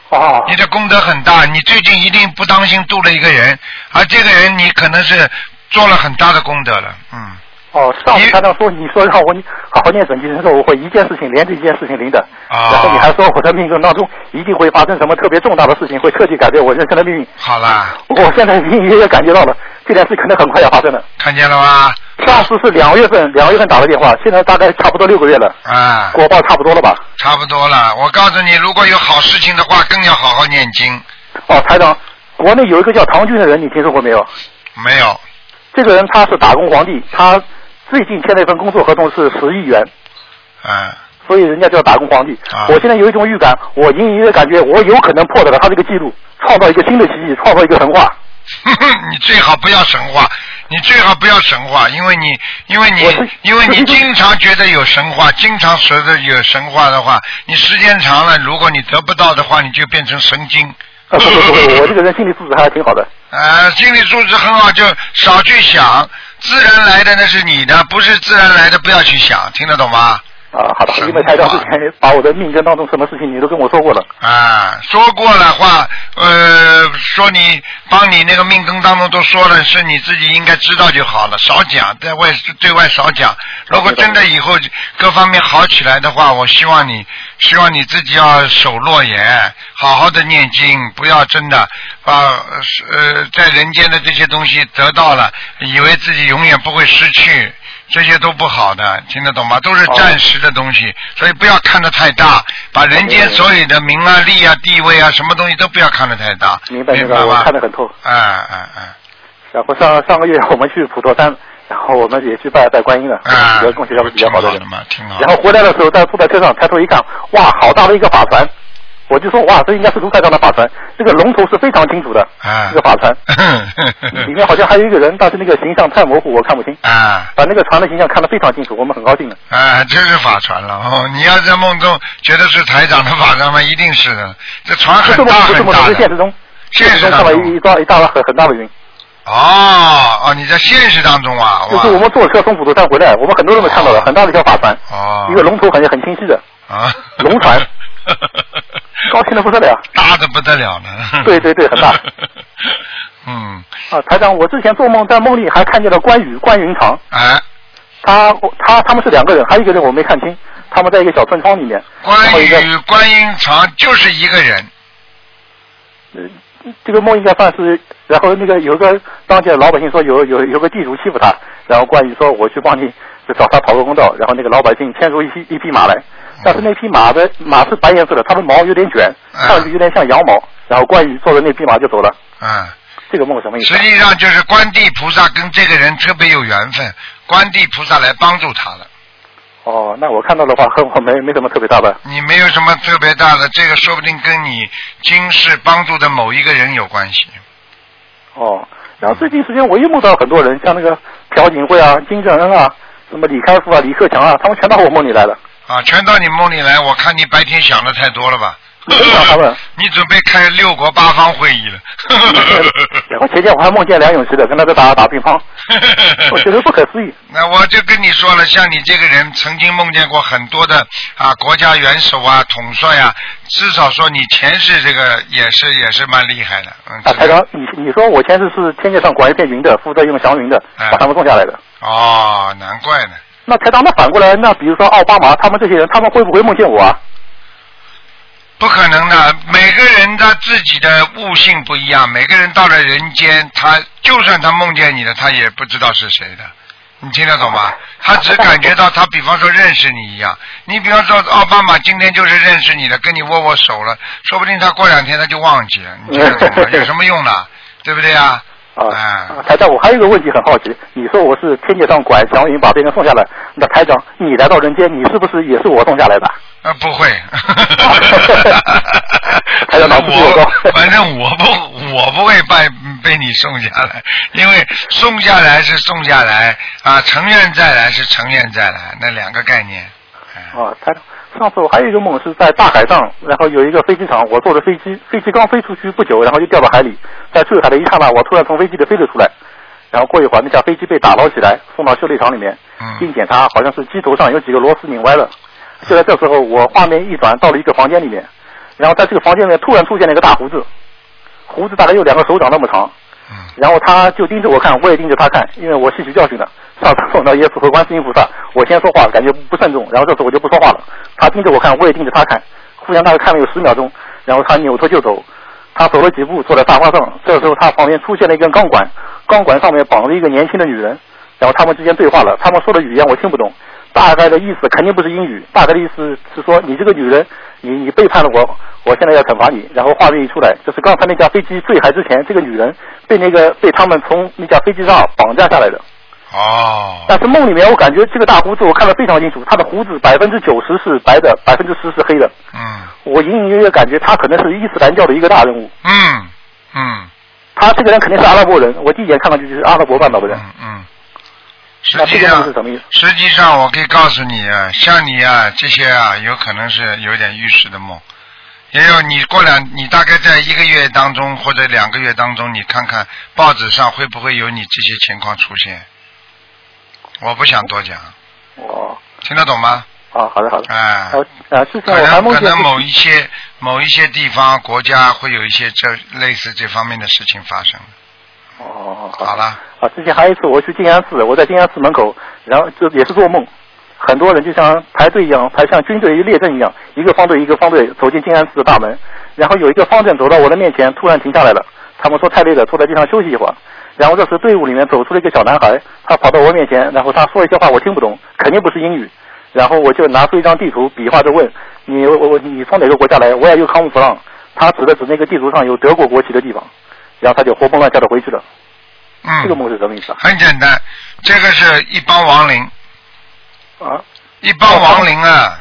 Speaker 11: 哦，
Speaker 2: 你的功德很大，你最近一定不当心度了一个人，而这个人你可能是做了很大的功德了，嗯，
Speaker 11: 哦，上
Speaker 2: 你
Speaker 11: 次台长说你说让我好好念准提神咒，我会一件事情连着一件事情领的。
Speaker 2: 啊
Speaker 11: 然后你还说我的命中当中一定会发生什么特别重大的事情，会彻底改变我人生的命运。
Speaker 2: 好啦，
Speaker 11: 我现在隐隐约约感觉到了，这件事可能很快要发生了。
Speaker 2: 看见了吗？
Speaker 11: 上次是两月份，两月份打的电话，现在大概差不多六个月了，
Speaker 2: 啊，
Speaker 11: 果报差不多了吧？
Speaker 2: 差不多了。我告诉你，如果有好事情的话，更要好好念经。
Speaker 11: 哦，台长，国内有一个叫唐军的人，你听说过没有？
Speaker 2: 没有，
Speaker 11: 这个人他是打工皇帝，他最近签了一份工作合同是十亿元，
Speaker 2: 嗯，
Speaker 11: 所以人家叫打工皇帝。
Speaker 2: 啊
Speaker 11: 我现在有一种预感，我隐隐约约感觉我有可能破得了他这个记录，创造一个新的奇迹，创造一个神 话。
Speaker 2: 你最好不要神话，你最好不要神话，因为你，因为
Speaker 11: 我
Speaker 2: 你
Speaker 11: 是，
Speaker 2: 因为你
Speaker 11: 我是
Speaker 2: 经常觉得有神话，经常觉得有神话的话，你时间长了，如果你得不到的话，你就变成神经。
Speaker 11: 啊，不不不不，我这个人心理素质还挺好的。
Speaker 2: 呃，心理素质很好，就少去想，自然来的那是你的，不是自然来的不要去想，听得懂吗？
Speaker 11: 啊，好的，
Speaker 2: 神话
Speaker 11: 因为台长之前把我的命根当中什么事情你都跟我说过了。
Speaker 2: 啊，说过了话，呃，说你帮你那个命根当中都说了，是你自己应该知道就好了，少讲，对外对外少讲。如果真的以后各方面好起来的话，我希望你，希望你自己要守诺言，好好的念经，不要真的把呃在人间的这些东西得到了，以为自己永远不会失去。这些都不好的，听得懂吗？都是暂时的东西，所以不要看得太大，把人间所有的名啊、利啊、地位啊，什么东西都不要看得太大，
Speaker 11: 明白明
Speaker 2: 白
Speaker 11: 我
Speaker 2: 吗？
Speaker 11: 看得很透。
Speaker 2: 哎哎哎，
Speaker 11: 然后上上个月我们去普陀山，然后我们也去拜拜观音了，
Speaker 2: 啊，
Speaker 11: 比较供学校比较好的人
Speaker 2: 挺。嘛，挺好的。
Speaker 11: 然后回来的时候，在坐在车上抬头一看，哇，好大的一个法船！我就说，哇，这应该是卢台长的法船，这个龙头是非常清楚的，
Speaker 2: 啊
Speaker 11: 这个法 船
Speaker 2: 嗯
Speaker 11: 里面好像还有一个人，但是那个形象太模糊，我看不清。
Speaker 2: 啊
Speaker 11: 把那个船的形象看得非常清楚，我们很高兴的。
Speaker 2: 啊，这是法船了哦！你要在梦中觉得是台长的法船吗？一定是的，这船
Speaker 11: 不是
Speaker 2: 很
Speaker 11: 梦
Speaker 2: 大，
Speaker 11: 不是
Speaker 2: 啊很
Speaker 11: 梦，
Speaker 2: 大
Speaker 11: 是现
Speaker 2: 的。
Speaker 11: 实中，
Speaker 2: 现实
Speaker 11: 中
Speaker 2: 当
Speaker 11: 看到一
Speaker 2: 中
Speaker 11: 一大一大很很大的云，
Speaker 2: 哦哦，你在现实当中啊，
Speaker 11: 就是我
Speaker 2: 哇
Speaker 11: 们坐车从普陀山回来，我们很多人都看到了，很大的一条法船，
Speaker 2: 哦，
Speaker 11: 一个龙头很很清晰的，
Speaker 2: 啊，
Speaker 11: 龙船高兴的不得了。
Speaker 2: 大的不得了呢。
Speaker 11: 对对对很大。
Speaker 2: 嗯，
Speaker 11: 啊，台长，我之前做梦在梦里还看见了关羽关云长，
Speaker 2: 哎，
Speaker 11: 他他他们是两个人，还有一个人我没看清，他们在一个小村庄里面，然后
Speaker 2: 关
Speaker 11: 一个
Speaker 2: 羽关云长就是一个人，
Speaker 11: 呃这个梦应该算是，然后那个有一个当地的老百姓说有有有个地主欺负他，然后关羽说我去帮你找他讨个公道，然后那个老百姓牵出一匹一匹马来，但是那匹马的马是白颜色的，它的毛有点卷，看上去有点像羊毛，然后关羽坐着那匹马就走了，
Speaker 2: 嗯，
Speaker 11: 这个梦什么意思
Speaker 2: 实？际上就是观地菩萨跟这个人特别有缘分，观地菩萨来帮助他了。
Speaker 11: 哦，那我看到的话 和我没没什么特别大的。
Speaker 2: 你没有什么特别大的，这个说不定跟你今世帮助的某一个人有关系。
Speaker 11: 哦，然后最近时间我又梦到很多人，像那个朴槿惠啊、金正恩啊、什么李开复啊、李克强啊，他们全到我梦里来了。
Speaker 2: 啊，全到你梦里来。我看你白天想的太多了吧？ 你准备开六国八方会议了？
Speaker 11: 我前天我还梦见梁咏琪的，跟他在打打乒乓，
Speaker 2: 嗯
Speaker 11: 我觉得不可思议。
Speaker 2: 那我就跟你说了，像你这个人，曾经梦见过很多的啊国家元首啊、统帅啊，至少说你前世这个也是也是蛮厉害的。嗯，
Speaker 11: 啊，台长，你你说我前世是天界上管一片云的，负责用祥云的，把他们送下来的。
Speaker 2: 哦，难怪呢。
Speaker 11: 那台长，那反过来，那比如说奥巴马他们这些人，他们会不会梦见我啊？
Speaker 2: 不可能的，每个人他自己的悟性不一样，每个人到了人间，他就算他梦见你了，他也不知道是谁的，你听得懂吗？他只感觉到他，比方说认识你一样，你比方说奥巴马今天就是认识你了，跟你握握手了，说不定他过两天他就忘记了，你听得懂吗？有什么用呢？对不对啊？
Speaker 11: 啊，台长，我还有一个问题很好奇，你说我是天界上拐祥云把别人送下来，那台长，你来到人间，你是不是也是我送下来的？
Speaker 2: 啊，不会，
Speaker 11: 台长脑子比我高。
Speaker 2: 反正我不我不会被被你送下来，因为送下来是送下来啊，成愿再来是成愿再来，那两个概念。
Speaker 11: 哦，台长，上次我还有一个梦是在大海上，然后有一个飞机场，我坐着飞机，飞机刚飞出去不久，然后就掉到海里，在坠海的一刹那，我突然从飞机里飞了出来，然后过一会儿那架飞机被打捞起来，送到修理厂里面，
Speaker 8: 嗯
Speaker 2: 嗯
Speaker 11: 并检查好像是机头上有几个螺丝拧歪了。就在这时候，我画面一转到了一个房间里面，然后在这个房间里面突然出现了一个大胡子，胡子大概有两个手掌那么长，然后他就盯着我看，我也盯着他看，因为我吸取教训了。上次碰到耶稣和观世音菩萨，我先说话感觉不慎重，然后这次我就不说话了。他盯着我看，我也盯着他看，互相大概看了有十秒钟，然后他扭头就走。他走了几步，坐在沙发上。这时候他旁边出现了一根钢管，钢管上面绑着一个年轻的女人。然后他们之间对话了，他们说的语言我听不懂，大概的意思肯定不是英语，大概的意思是说你这个女人，你你背叛了我，我现在要惩罚你。然后画面一出来，就是刚才那架飞机坠海之前，这个女人被那个被他们从那架飞机上绑架下来的。
Speaker 2: 哦，
Speaker 11: 但是梦里面我感觉这个大胡子我看得非常清楚，他的胡子百分之九十是白的，百分之十是黑的。
Speaker 2: 嗯
Speaker 11: 我隐隐约约感觉他可能是伊斯兰教的一个大人物，
Speaker 2: 嗯嗯
Speaker 11: 他这个人肯定是阿拉伯人，我第一眼看上去就是阿拉伯半岛的人。
Speaker 2: 嗯，
Speaker 11: 那
Speaker 2: 实
Speaker 11: 这
Speaker 2: 际
Speaker 11: 个
Speaker 2: 上
Speaker 11: 梦是什么意思？
Speaker 2: 实际上，我可以告诉你啊，像你啊这些啊，有可能是有点预示的梦，也有你过两，你大概在一个月当中或者两个月当中，你看看报纸上会不会有你这些情况出现。我不想多讲，
Speaker 11: 哦，
Speaker 2: 听得懂吗？
Speaker 11: 啊，好的好的。
Speaker 2: 啊，
Speaker 11: 啊，之前
Speaker 2: 可
Speaker 11: 我还
Speaker 2: 能
Speaker 11: 梦
Speaker 2: 可
Speaker 11: 见
Speaker 2: 能某一些某一些地方国家会有一些这类似这方面的事情发生。
Speaker 11: 哦，
Speaker 2: 好了，
Speaker 11: 啊，之前还有一次我去静安寺，我在静安寺门口，然后就也是做梦，很多人就像排队一样，排像军队列阵一样，一个方队一个方队走进静安寺的大门，然后有一个方阵走到我的面前，突然停下来了，他们说太累了，坐在地上休息一会儿。然后这时队伍里面走出了一个小男孩，他跑到我面前，然后他说一些话我听不懂，肯定不是英语。然后我就拿出一张地图，比划着问你我我你从哪个国家来？Where you come from？他指了指那个地图上有德国国旗的地方，然后他就活蹦乱跳的回去了。
Speaker 2: 嗯，
Speaker 11: 这个梦是什么意思啊？
Speaker 2: 很简单，这个是一帮亡灵。
Speaker 11: 啊？
Speaker 2: 一帮亡灵啊！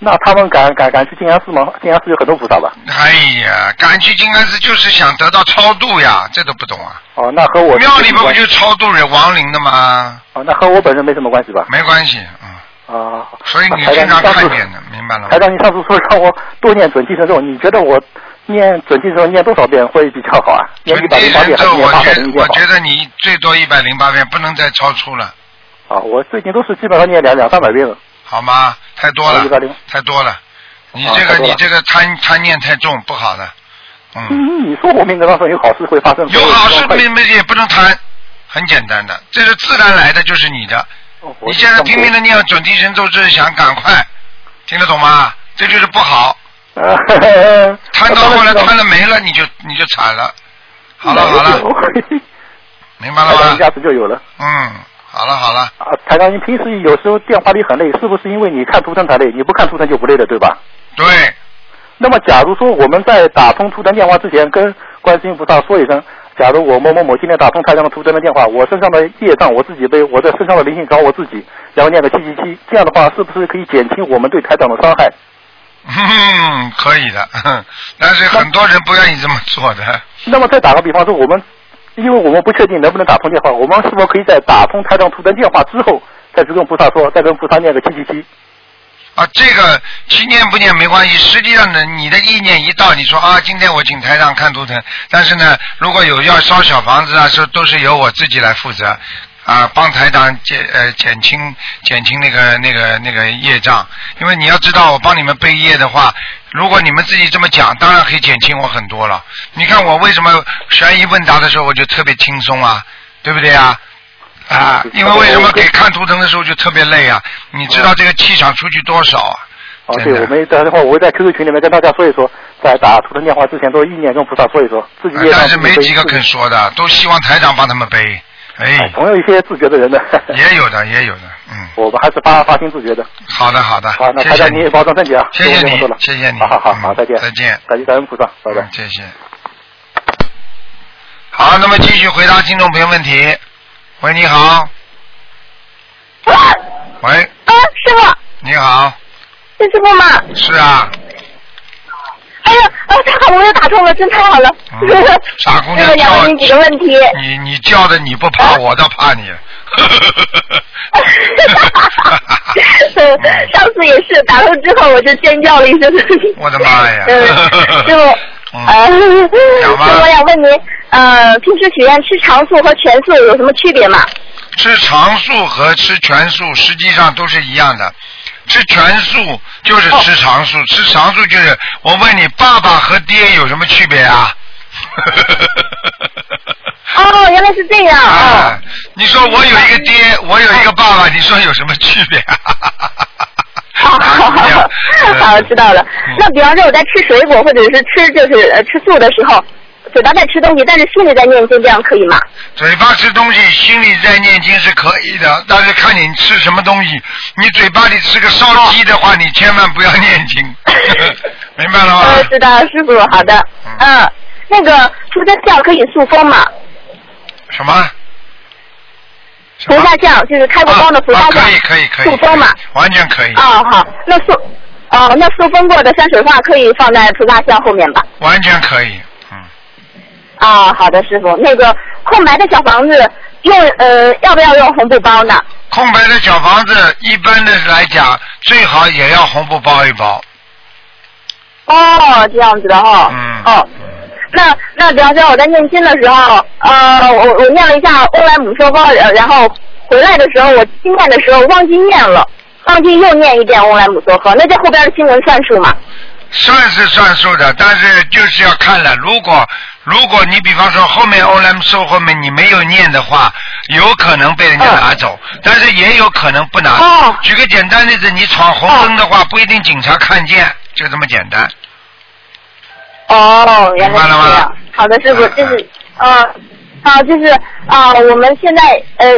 Speaker 11: 那他们敢敢敢去静安寺吗？静安寺有很多菩萨吧？
Speaker 2: 哎呀，赶去静安寺就是想得到超度呀，这都不懂啊！
Speaker 11: 哦，那和我
Speaker 2: 庙里边不就
Speaker 11: 就
Speaker 2: 超度人亡灵的吗？
Speaker 11: 哦，那和我本人没什么关系吧？
Speaker 2: 没关系，嗯。
Speaker 11: 啊，
Speaker 2: 所以你
Speaker 11: 那台
Speaker 2: 经
Speaker 11: 长
Speaker 2: 常
Speaker 11: 你上次
Speaker 2: 看见的，明白了吗
Speaker 11: 台？长，你上次说让我多念准提神咒，你觉得我念准提神咒念多少遍会比较好啊？念一百
Speaker 2: 第一
Speaker 11: 零八
Speaker 2: 人
Speaker 11: 遍还是
Speaker 2: 咒，
Speaker 11: 念
Speaker 2: 我
Speaker 11: 八
Speaker 2: 觉
Speaker 11: 百零一遍
Speaker 2: 我
Speaker 11: 好？
Speaker 2: 觉得你最多一百零八遍，不能再超出了，
Speaker 11: 啊，我最近都是基本上念两两三百遍了。
Speaker 2: 好吗？太多
Speaker 11: 哦
Speaker 2: 了，太多了。你这
Speaker 11: 啊太
Speaker 2: 个
Speaker 11: 多了
Speaker 2: 你这个贪贪念太重，不好的。
Speaker 11: 嗯，你说我命格当中有好事会发生，
Speaker 2: 有好事没没也不能贪，很简单的，这是自然来的，就是你的。你现在拼命的念准提神咒，就是想赶快，听得懂吗？这就是不好。贪到后来贪了没了，你就你就惨了。好了好
Speaker 11: 嗯
Speaker 2: 了，明白了
Speaker 11: 台长一
Speaker 2: 吗？
Speaker 11: 下子就有了。
Speaker 2: 嗯，好了好了，
Speaker 11: 啊，台长，你平时有时候电话里很累，是不是因为你看图腾才累？你不看图腾就不累了，对吧？
Speaker 2: 对，
Speaker 11: 那么，假如说我们在打通图腾电话之前，跟观世音菩萨说一声，假如我某某某今天打通台长的图腾的电话，我身上的业障我自己背，我的身上的灵性找我自己，然后念个七七七，这样的话是不是可以减轻我们对台长的伤害？
Speaker 2: 嗯，可以的， 哼但是很多人不愿意这么做的。
Speaker 11: 那么再打个比方说，我们因为我们不确定能不能打通电话，我们是否可以在打通台长图腾电话之后，再去跟菩萨说，再跟菩萨念个七七七？
Speaker 2: 啊，这个去念不念没关系。实际上呢，你的意念一到，你说啊，今天我请台上看图腾，但是呢，如果有要烧小房子啊，是都是由我自己来负责。啊，帮台长减呃减轻减轻那个那个那个业障，因为你要知道，我帮你们背业的话，如果你们自己这么讲，当然可以减轻我很多了。你看我为什么悬疑问答的时候我就特别轻松啊，对不对啊？啊，
Speaker 11: 嗯
Speaker 2: 因为为什么给看图腾的时候就特别累啊？你知道这个气场出去多少啊？
Speaker 11: 哦，对，我们打电话，我会在 QQ 群里面跟大家说一说，在打图腾电话之前，都意念跟菩萨说一说，自己业
Speaker 2: 啊
Speaker 11: 障
Speaker 2: 但是
Speaker 11: 自己
Speaker 2: 没
Speaker 11: 背
Speaker 2: 几个
Speaker 11: 自己
Speaker 2: 肯说的，都希望台长帮他们背。哎，
Speaker 11: 总有啊一些自觉的人的，
Speaker 2: 也有的，也有的。嗯，
Speaker 11: 我们还是发发心自觉的。
Speaker 2: 好的，好的。
Speaker 11: 好，啊那
Speaker 2: 谢
Speaker 11: 大
Speaker 2: 谢
Speaker 11: 家你也保重身体啊！
Speaker 2: 谢谢
Speaker 11: 不用这么
Speaker 2: 你
Speaker 11: 说了，
Speaker 2: 谢谢你。嗯
Speaker 11: 好好好好，再见，
Speaker 2: 再见，嗯
Speaker 11: 感谢感恩菩萨，拜拜。
Speaker 2: 谢谢。好，那么继续回答听众朋友问题。喂，你好。喂。啊，
Speaker 10: 师傅。
Speaker 2: 你好，
Speaker 10: 是师傅吗？
Speaker 2: 是啊，
Speaker 10: 哎呀，啊，太好了，我又打通了，真太好了。
Speaker 2: 傻姑
Speaker 10: 师
Speaker 2: 娘
Speaker 10: 傅想
Speaker 2: 叫
Speaker 10: 问您几个问题。啊
Speaker 2: 你你叫的你不怕，我倒怕你。
Speaker 10: 上次也是打通之后，我就尖叫了一声。
Speaker 2: 我的妈 哎呀！嗯
Speaker 10: 嗯，师傅，呃， 师傅，我想问您，呃，平时许愿吃长素和全素有什么区别吗？
Speaker 2: 吃常素和吃全素实际上都是一样的，吃全素就是
Speaker 10: 哦
Speaker 2: 吃常素，吃常素就是我问你，爸爸和爹有什么区别啊？
Speaker 10: 哦，原来是这样啊！
Speaker 2: 你说我有一个
Speaker 10: 哦
Speaker 2: 爹，我有一个爸爸，你说有什么区别 啊？
Speaker 10: 好，知道了。
Speaker 2: 嗯
Speaker 10: 那比方说我在吃水果或者是吃就是呃吃素的时候，嘴巴在吃东西，但是心里在念经，这样可以吗？
Speaker 2: 嘴巴吃东西，心里在念经是可以的，但是看你吃什么东西。你嘴巴里吃个烧鸡的
Speaker 10: 哦
Speaker 2: 话，你千万不要念 经， 明白了吗？
Speaker 10: 呃，知道，师傅，好的。嗯，那个菩萨像可以塑封吗？
Speaker 2: 什么？
Speaker 10: 菩萨像就是开过光的菩萨像，
Speaker 2: 可以可以啊可以，
Speaker 10: 塑封嘛。
Speaker 2: 完全可以，
Speaker 10: 哦，好，那塑哦，那塑封过的山水画可以放在菩萨像后面吧？
Speaker 2: 完全可以。
Speaker 10: 啊、好的，师傅。那个空白的小房子用呃要不要用红布包呢？
Speaker 2: 空白的小房子，一般的来讲，最好也要红布包一包。
Speaker 10: 哦，这样子的哈、哦。哦，那那比方说我在念经的时候，呃，我我念了一下欧莱姆说歌，然然后回来的时候我经念的时候忘记念了，忘记又念一遍欧莱姆说歌，那这后边的经文算数吗？
Speaker 2: 算是算数的，但是就是要看了。如果如果你比方说后面 O M 收后面你没有念的话，有可能被人家拿走，但是也有可能不拿。举个简单例子，你闯红灯的话，不一定警察看见，就这么简单。
Speaker 10: 哦，原来是这样。好的，师傅，就是
Speaker 2: 啊
Speaker 10: 呃，好，就是啊、我们现在呃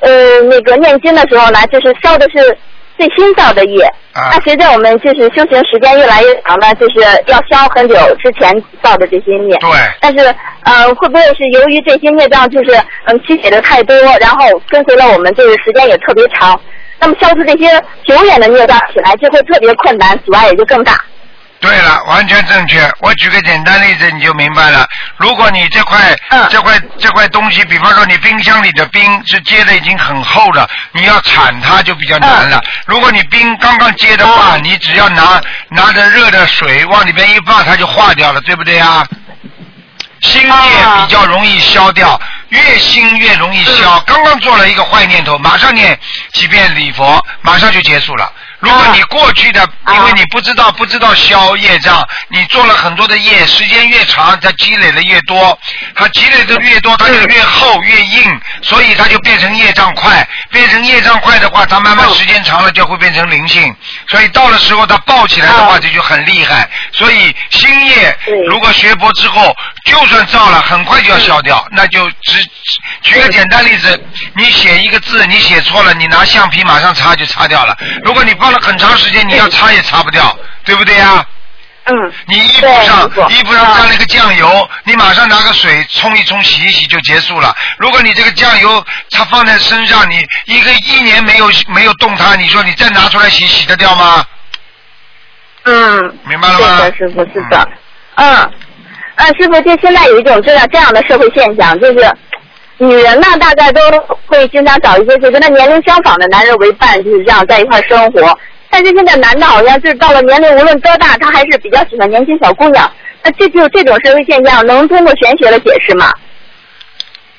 Speaker 10: 呃那个念经的时候呢，就是烧的是最新造的业。
Speaker 2: 啊
Speaker 10: 那随着我们就是修行时间越来越长呢，就是要消很久之前造的这些孽。
Speaker 2: 对。
Speaker 10: 但是呃，会不会是由于这些孽障就是嗯积累的太多，然后跟随了我们就是时间也特别长，那么消除这些久远的孽障起来就会特别困难，阻碍也就更大。
Speaker 2: 对了，完全正确。我举个简单例子你就明白了。如果你这块、这块这块东西，比方说你冰箱里的冰是结的已经很厚了，你要铲它就比较难了。如果你冰刚刚结的话，你只要拿拿着热的水往里边一放，它就化掉了，对不对啊？心念比较容易消掉，越心越容易消。刚刚做了一个坏念头，马上念几遍礼佛，马上就结束了。如果你过去的，因为你不知道不知道消业障，你做了很多的业，时间越长，它积累的越多，它积累的越多，它就越厚越硬，所以它就变成业障块。变成业障块的话，它慢慢时间长了就会变成灵性，所以到了时候它爆起来的话，这就很厉害。所以新业如果学佛之后，就算造了，很快就要消掉，那就只只举个简单例子，你写一个字，你写错了，你拿橡皮马上擦就擦掉了。如果你放了很长时间，你要擦也擦不掉，对不对呀？
Speaker 10: 嗯。
Speaker 2: 你衣服上衣服上沾了一个酱油，你马上拿个水冲一冲，洗一洗就结束了。如果你这个酱油它放在身上，你一个一年没有没有动它，你说你再拿出来洗，洗得掉吗？
Speaker 10: 嗯，
Speaker 2: 明白了吗？
Speaker 10: 对的，师傅是的。嗯，啊，师傅，就现在有一种这样这样的社会现象，就是女人呢，大概都会经常找一些就跟她年龄相仿的男人为伴，就是这样在一块儿生活。但是现在男的好像是到了年龄，无论多大，他还是比较喜欢年轻小姑娘。那这就这种社会现象，能通过玄学来解释吗？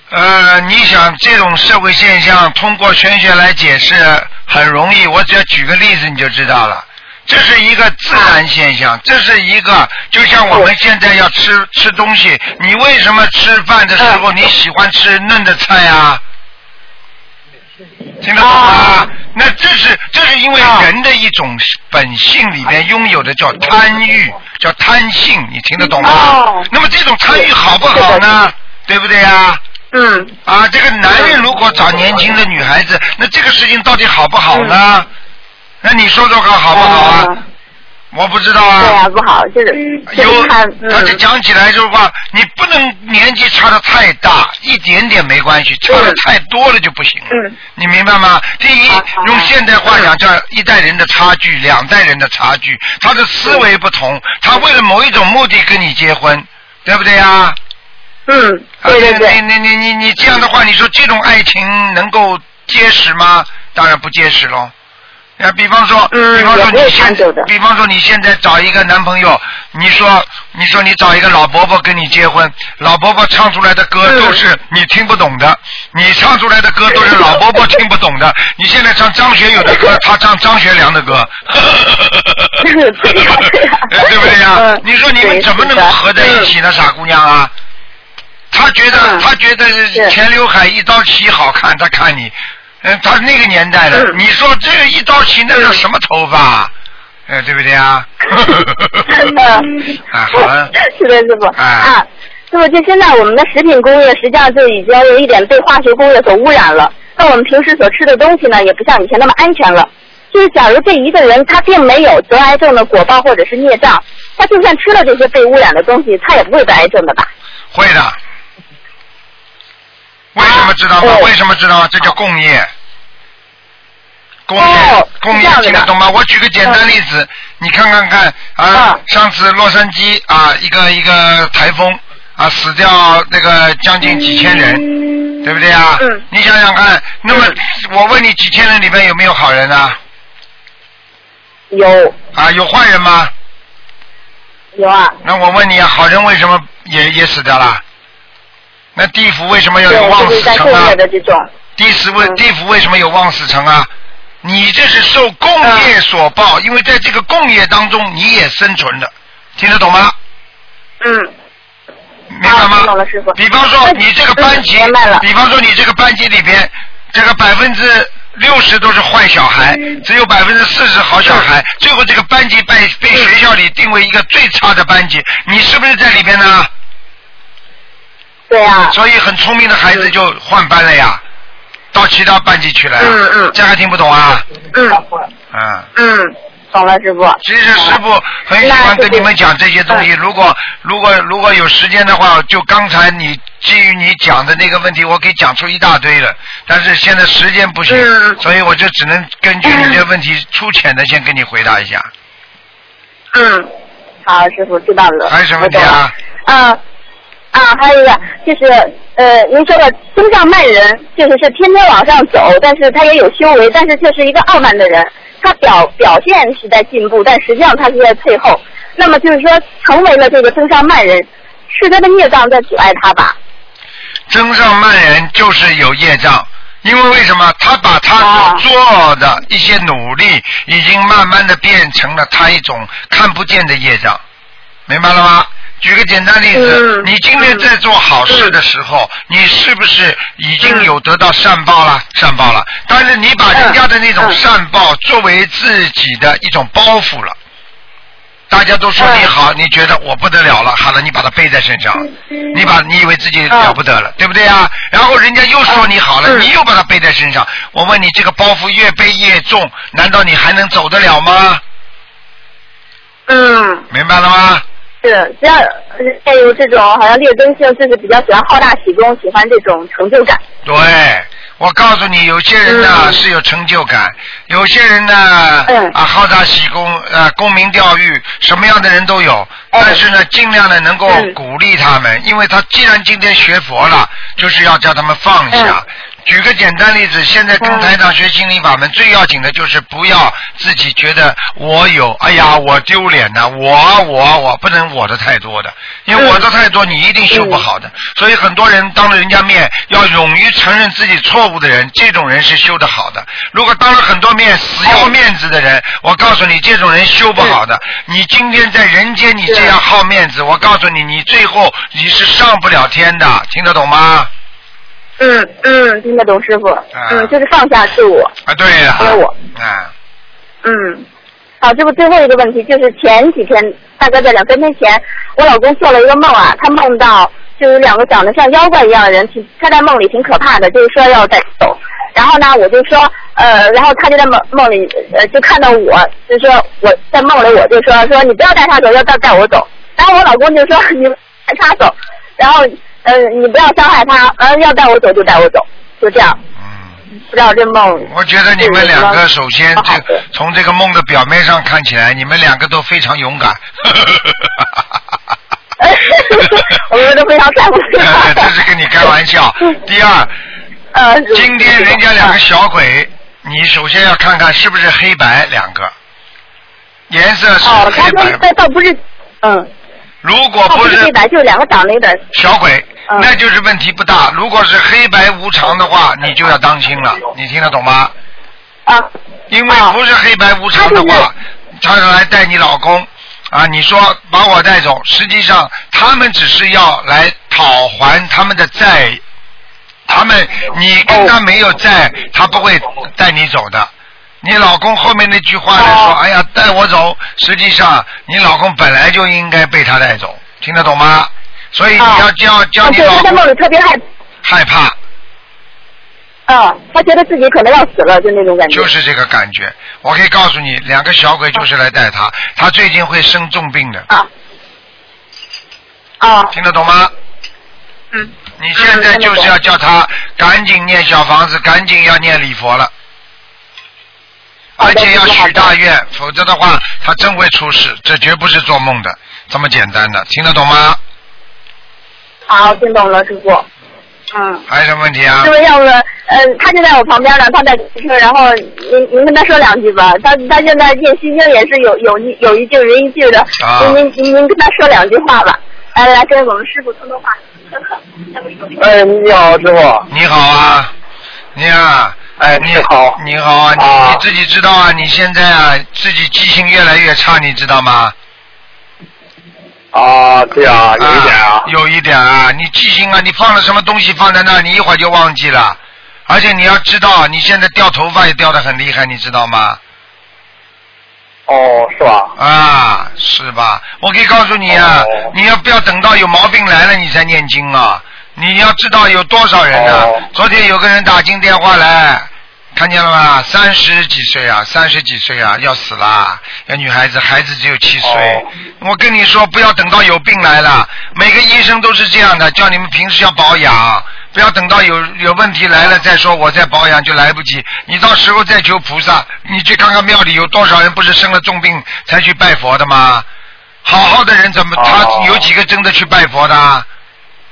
Speaker 2: 呃，你想这种社会现象通过玄学来解释很容易，我只要举个例子你就知道了。这是一个自然现象，这是一个就像我们现在要吃吃东西，你为什么吃饭的时候你喜欢吃嫩的菜啊？听得懂吗？那这是这是因为人的一种本性里面拥有的叫贪欲，叫贪性，你听得懂吗？那么这种贪欲好不好呢？对不对啊？
Speaker 10: 嗯。
Speaker 2: 啊，这个男人如果找年轻的女孩子，那这个事情到底好不好呢？那你说说看好不好啊？我不知道啊。
Speaker 10: 对啊，不好，就是嗯
Speaker 2: 有，他就讲起来就是话，你不能年纪差的太大，一点点没关
Speaker 10: 嗯
Speaker 2: 系，差的太多了就不行了。你明白吗？第一，用现代话讲
Speaker 10: 嗯
Speaker 2: 叫一代人的差距，两代人的差距，他的思维不
Speaker 10: 嗯
Speaker 2: 同，他为了某一种目的跟你结婚，对不对啊？
Speaker 10: 嗯，
Speaker 2: 对对对。你你你你你这样的话，你说这种爱情能够结实吗？当然不结实喽。啊，比方说，比方说
Speaker 10: 嗯也不
Speaker 2: 你
Speaker 10: 会
Speaker 2: 现
Speaker 10: 长久的，
Speaker 2: 比方说你现在找一个男朋友，你说，你说你找一个老伯伯跟你结婚，老伯伯唱出来的歌
Speaker 10: 嗯
Speaker 2: 都是你听不懂的，你唱出来的歌都是老伯伯听不懂的。你现在唱张学友的歌，他唱张学良的歌， 哎对不对呀？
Speaker 10: 嗯
Speaker 2: 你说你们怎么能够合在一起呢，傻姑娘啊？他觉得
Speaker 10: 嗯
Speaker 2: 他觉得前刘海一刀齐好看，他看你，嗯，他是那个年代的，你说这个一刀齐那是什么头发啊？哎，对不对啊？
Speaker 10: 真的。
Speaker 2: 啊，好了，
Speaker 10: 是的，师傅。啊，师傅，就现在我们的食品工业实际上就已经有一点被化学工业所污染了。那我们平时所吃的东西呢，也不像以前那么安全了。就是假如这一个人他并没有得癌症的果报或者是孽障，他就算吃了这些被污染的东西，他也不会得癌症的吧？
Speaker 2: 会的。为什么知道吗？为什么知道吗？这叫共业。工业，工业听得懂吗？我举个简单例子，你看看看嗯啊，上次洛杉矶啊，一个一个台风啊，死掉那个将近几千人，对不对啊？嗯。你想想看，那么我问你，几千人里面有没有好人啊？
Speaker 10: 有。
Speaker 2: 啊，有坏人吗？
Speaker 10: 有啊。
Speaker 2: 那我问你，好人为什么也也死掉了？那地府为什么要有
Speaker 10: 对，
Speaker 2: 望
Speaker 10: 就是
Speaker 2: 死
Speaker 10: 在
Speaker 2: 城
Speaker 10: 工
Speaker 2: 啊
Speaker 10: 业？的这种。
Speaker 2: 地府
Speaker 10: 嗯
Speaker 2: 为地府为什么有望死城啊？你这是受共业所报，
Speaker 10: 嗯
Speaker 2: 因为在这个共业当中你也生存了，听得懂吗？
Speaker 10: 嗯。啊
Speaker 2: 明白吗？
Speaker 10: 懂了，师傅。哎嗯
Speaker 2: 比方说你这个班级，比方说你这个班级里边，这个百分之六十都是坏小孩，
Speaker 10: 嗯
Speaker 2: 只有百分之四十好小孩，最后这个班级被
Speaker 10: 嗯
Speaker 2: 被学校里定为一个最差的班级，你是不是在里边呢？
Speaker 10: 对啊呀。
Speaker 2: 所以很聪明的孩子就换班了呀，到其他班级去了呀。
Speaker 10: 嗯嗯
Speaker 2: 这还听不懂啊？
Speaker 10: 嗯
Speaker 2: 嗯。
Speaker 10: 嗯，懂了，师傅。嗯
Speaker 2: 其实师傅很喜欢跟你们讲这些东西。如果如果如果有时间的话，就刚才你基于你讲的那个问题，我给讲出一大堆了。但是现在时间不行，
Speaker 10: 嗯
Speaker 2: 所以我就只能根据你这问题粗浅的先跟你回答一下。
Speaker 10: 嗯，好，师傅知道了。
Speaker 2: 还有什么问题
Speaker 10: 我懂了
Speaker 2: 啊？
Speaker 10: 啊啊，还有一个就是呃，您说的宗教慢人，就是是天天往上走，但是他也有修为，但是却是一个傲慢的人。他表表现是在进步，但实际上他是在退后。那么就是说，成为了这个宗教慢人，是他的孽障在阻碍他吧？
Speaker 2: 增上慢人就是有业障，因为为什么？他把他所做的一些努力，已经慢慢的变成了他一种看不见的业障，明白了吗？举个简单例子，你今天在做好事的时候，你是不是已经有得到善报了？善报了，但是你把人家的那种善报作为自己的一种包袱了。大家都说你好，你觉得我不得了了，好了，你把它背在身上，你把你以为自己了不得了，对不对啊？然后人家又说你好了，你又把它背在身上。我问你，这个包袱越背越重，难道你还能走得了吗？
Speaker 10: 嗯，
Speaker 2: 明白了吗？
Speaker 10: 是，只要带有这种好像劣根性，就是比较喜欢好大喜功，喜欢这种成就感。
Speaker 2: 对，我告诉你，有些人呢、是有成就感，有些人呢、啊好大喜功，呃功名钓誉，什么样的人都有。但是呢，尽量的能够鼓励他们，因为他既然今天学佛了，就是要叫他们放下。举个简单例子，现在跟台长学心灵法门，最要紧的就是不要自己觉得我有，哎呀，我丢脸呐、我我我不能我的太多的，因为我的太多你一定修不好的。所以很多人当着人家面要勇于承认自己错误的人，这种人是修得好的。如果当着很多面死要面子的人，我告诉你，这种人修不好的。你今天在人间你这样好面子，我告诉你，你最后你是上不了天的，听得懂吗？
Speaker 10: 嗯嗯，听得懂师傅。嗯，就是放下自我。
Speaker 2: 啊，对呀、
Speaker 10: 还有我。
Speaker 2: 啊，
Speaker 10: 嗯，好，这不最后一个问题，就是前几天，大概在两三天前，我老公做了一个梦啊，他梦到就有两个长得像妖怪一样的人，挺他在梦里挺可怕的，就是说要带走。然后呢，我就说，呃，然后他就在梦梦里，呃，就看到我，就说我在梦里，我就说说你不要带他走，要带带我走。然后我老公就说 你带他走，然后呃你不要伤害他，呃要带我走就带我走，就这样。不知道这梦。
Speaker 2: 我觉得你们两个首先这个从这个梦的表面上看起来，你们两个都非常勇敢。
Speaker 10: 我们都非常在乎。
Speaker 2: 这是跟你开玩 笑。第二，
Speaker 10: 呃
Speaker 2: 今天人家
Speaker 10: 啊
Speaker 2: 两个小鬼，你首先要看看是不是黑白两个，颜色是
Speaker 10: 哦，他
Speaker 2: 黑白
Speaker 10: 说那倒不是，嗯。
Speaker 2: 如果
Speaker 10: 他
Speaker 2: 不
Speaker 10: 不
Speaker 2: 是
Speaker 10: 黑白，就是两个长得有点。
Speaker 2: 小鬼，
Speaker 10: 啊
Speaker 2: 那就是问题不大。如果是黑白无常的话，你就要当心了。你听得懂吗？
Speaker 10: 啊。
Speaker 2: 因为不是黑白无常的话，他来带你老公啊，你说把我带走，实际上他们只是要来讨还他们的债。他们，你跟他没有
Speaker 10: 哦
Speaker 2: 债，他不会带你走的。你老公后面那句话呢
Speaker 10: 哦
Speaker 2: 说，哎呀，带我走，实际上你老公本来就应该被他带走，听得懂吗？所以你要教教
Speaker 10: 啊，
Speaker 2: 你
Speaker 10: 对，
Speaker 2: 老
Speaker 10: 他在
Speaker 2: 公
Speaker 10: 梦里特别害，
Speaker 2: 害怕，
Speaker 10: 啊，他觉得自己可能要死了，就那种感觉。
Speaker 2: 就是这个感觉。我可以告诉你，两个小鬼就是来带他，他最近会生重病的。
Speaker 10: 啊。啊。
Speaker 2: 听得懂吗？
Speaker 10: 嗯。
Speaker 2: 你现在就是要叫他赶紧念小房子，赶紧要念礼佛了，而且要许大愿，否则的话他真会出事，这绝不是做梦的这么简单的，听得懂吗？
Speaker 10: 好，听懂了，师傅。嗯。
Speaker 2: 还有什么问题啊
Speaker 10: 师？傅，要不，嗯，他就在我旁边呢，他在骑车，然后您您跟他说两句吧。他他现在念心经也是有有一有一句人一句的，
Speaker 2: 啊
Speaker 10: 您您您您跟他说两句话吧。来来，跟我们师傅通通话。
Speaker 5: 哎，你好，师傅。
Speaker 2: 你好啊，你啊，
Speaker 5: 哎，
Speaker 2: 你好，你好啊，你你自己知道啊，你现在啊自己记性越来越差，你知道吗？
Speaker 5: 啊，对啊，
Speaker 2: 有一点啊，有一点啊，你记性啊，你放了什么东西放在那儿，你一会儿就忘记了。而且你要知道，你现在掉头发也掉得很厉害，你知道吗？
Speaker 5: 哦，是吧？
Speaker 2: 啊，是吧？我可以告诉你啊，你要不要等到有毛病来了你才念经啊？你要知道有多少人呢、啊
Speaker 5: 哦
Speaker 2: 昨天有个人打进电话来，看见了吗？三十几岁啊，三十几岁啊，要死啦！要女孩子，孩子只有七岁。我跟你说，不要等到有病来了，每个医生都是这样的，叫你们平时要保养。不要等到有有问题来了再说，我再保养就来不及。你到时候再求菩萨，你去看看庙里有多少人不是生了重病才去拜佛的吗？好好的人怎么他有几个真的去拜佛的啊？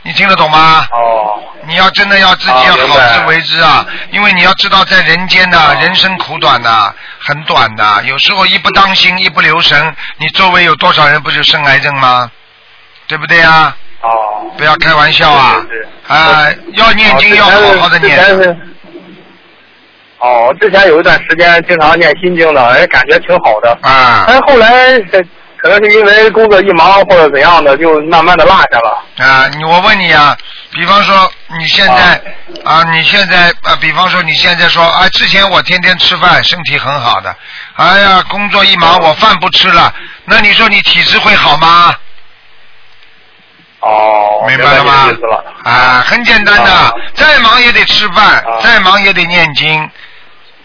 Speaker 2: 你听得懂吗？
Speaker 5: 哦。
Speaker 2: 你要真的要自己要
Speaker 5: 啊明
Speaker 2: 好
Speaker 5: 白啊
Speaker 2: 自为之啊，因为你要知道在人间呐，人生苦短呐、很短的、有时候一不当
Speaker 5: 嗯
Speaker 2: 心一不留神，你周围有多少人不就生癌症吗？对不对啊？
Speaker 5: 哦。
Speaker 2: 不要开玩笑啊！
Speaker 5: 对对对哦
Speaker 2: 啊，要念经要好好的念
Speaker 5: 之。前是哦，之前有一段时间经常念心经的，哎，感觉挺好的。
Speaker 2: 啊。
Speaker 5: 但是后来这可能是因为工作一忙或者怎样的，就慢慢的落下了。
Speaker 2: 啊，你我问你啊，比方说你现在啊你现在啊，比方说你现在说啊，之前我天天吃饭，身体很好的，哎呀，工作一
Speaker 5: 嗯
Speaker 2: 忙我饭不吃了，那你说你体质会好吗？
Speaker 5: 哦，明白了吗？意思了。
Speaker 2: 啊，很简单的，再忙也得吃饭，
Speaker 5: 啊
Speaker 2: 再忙也得念经，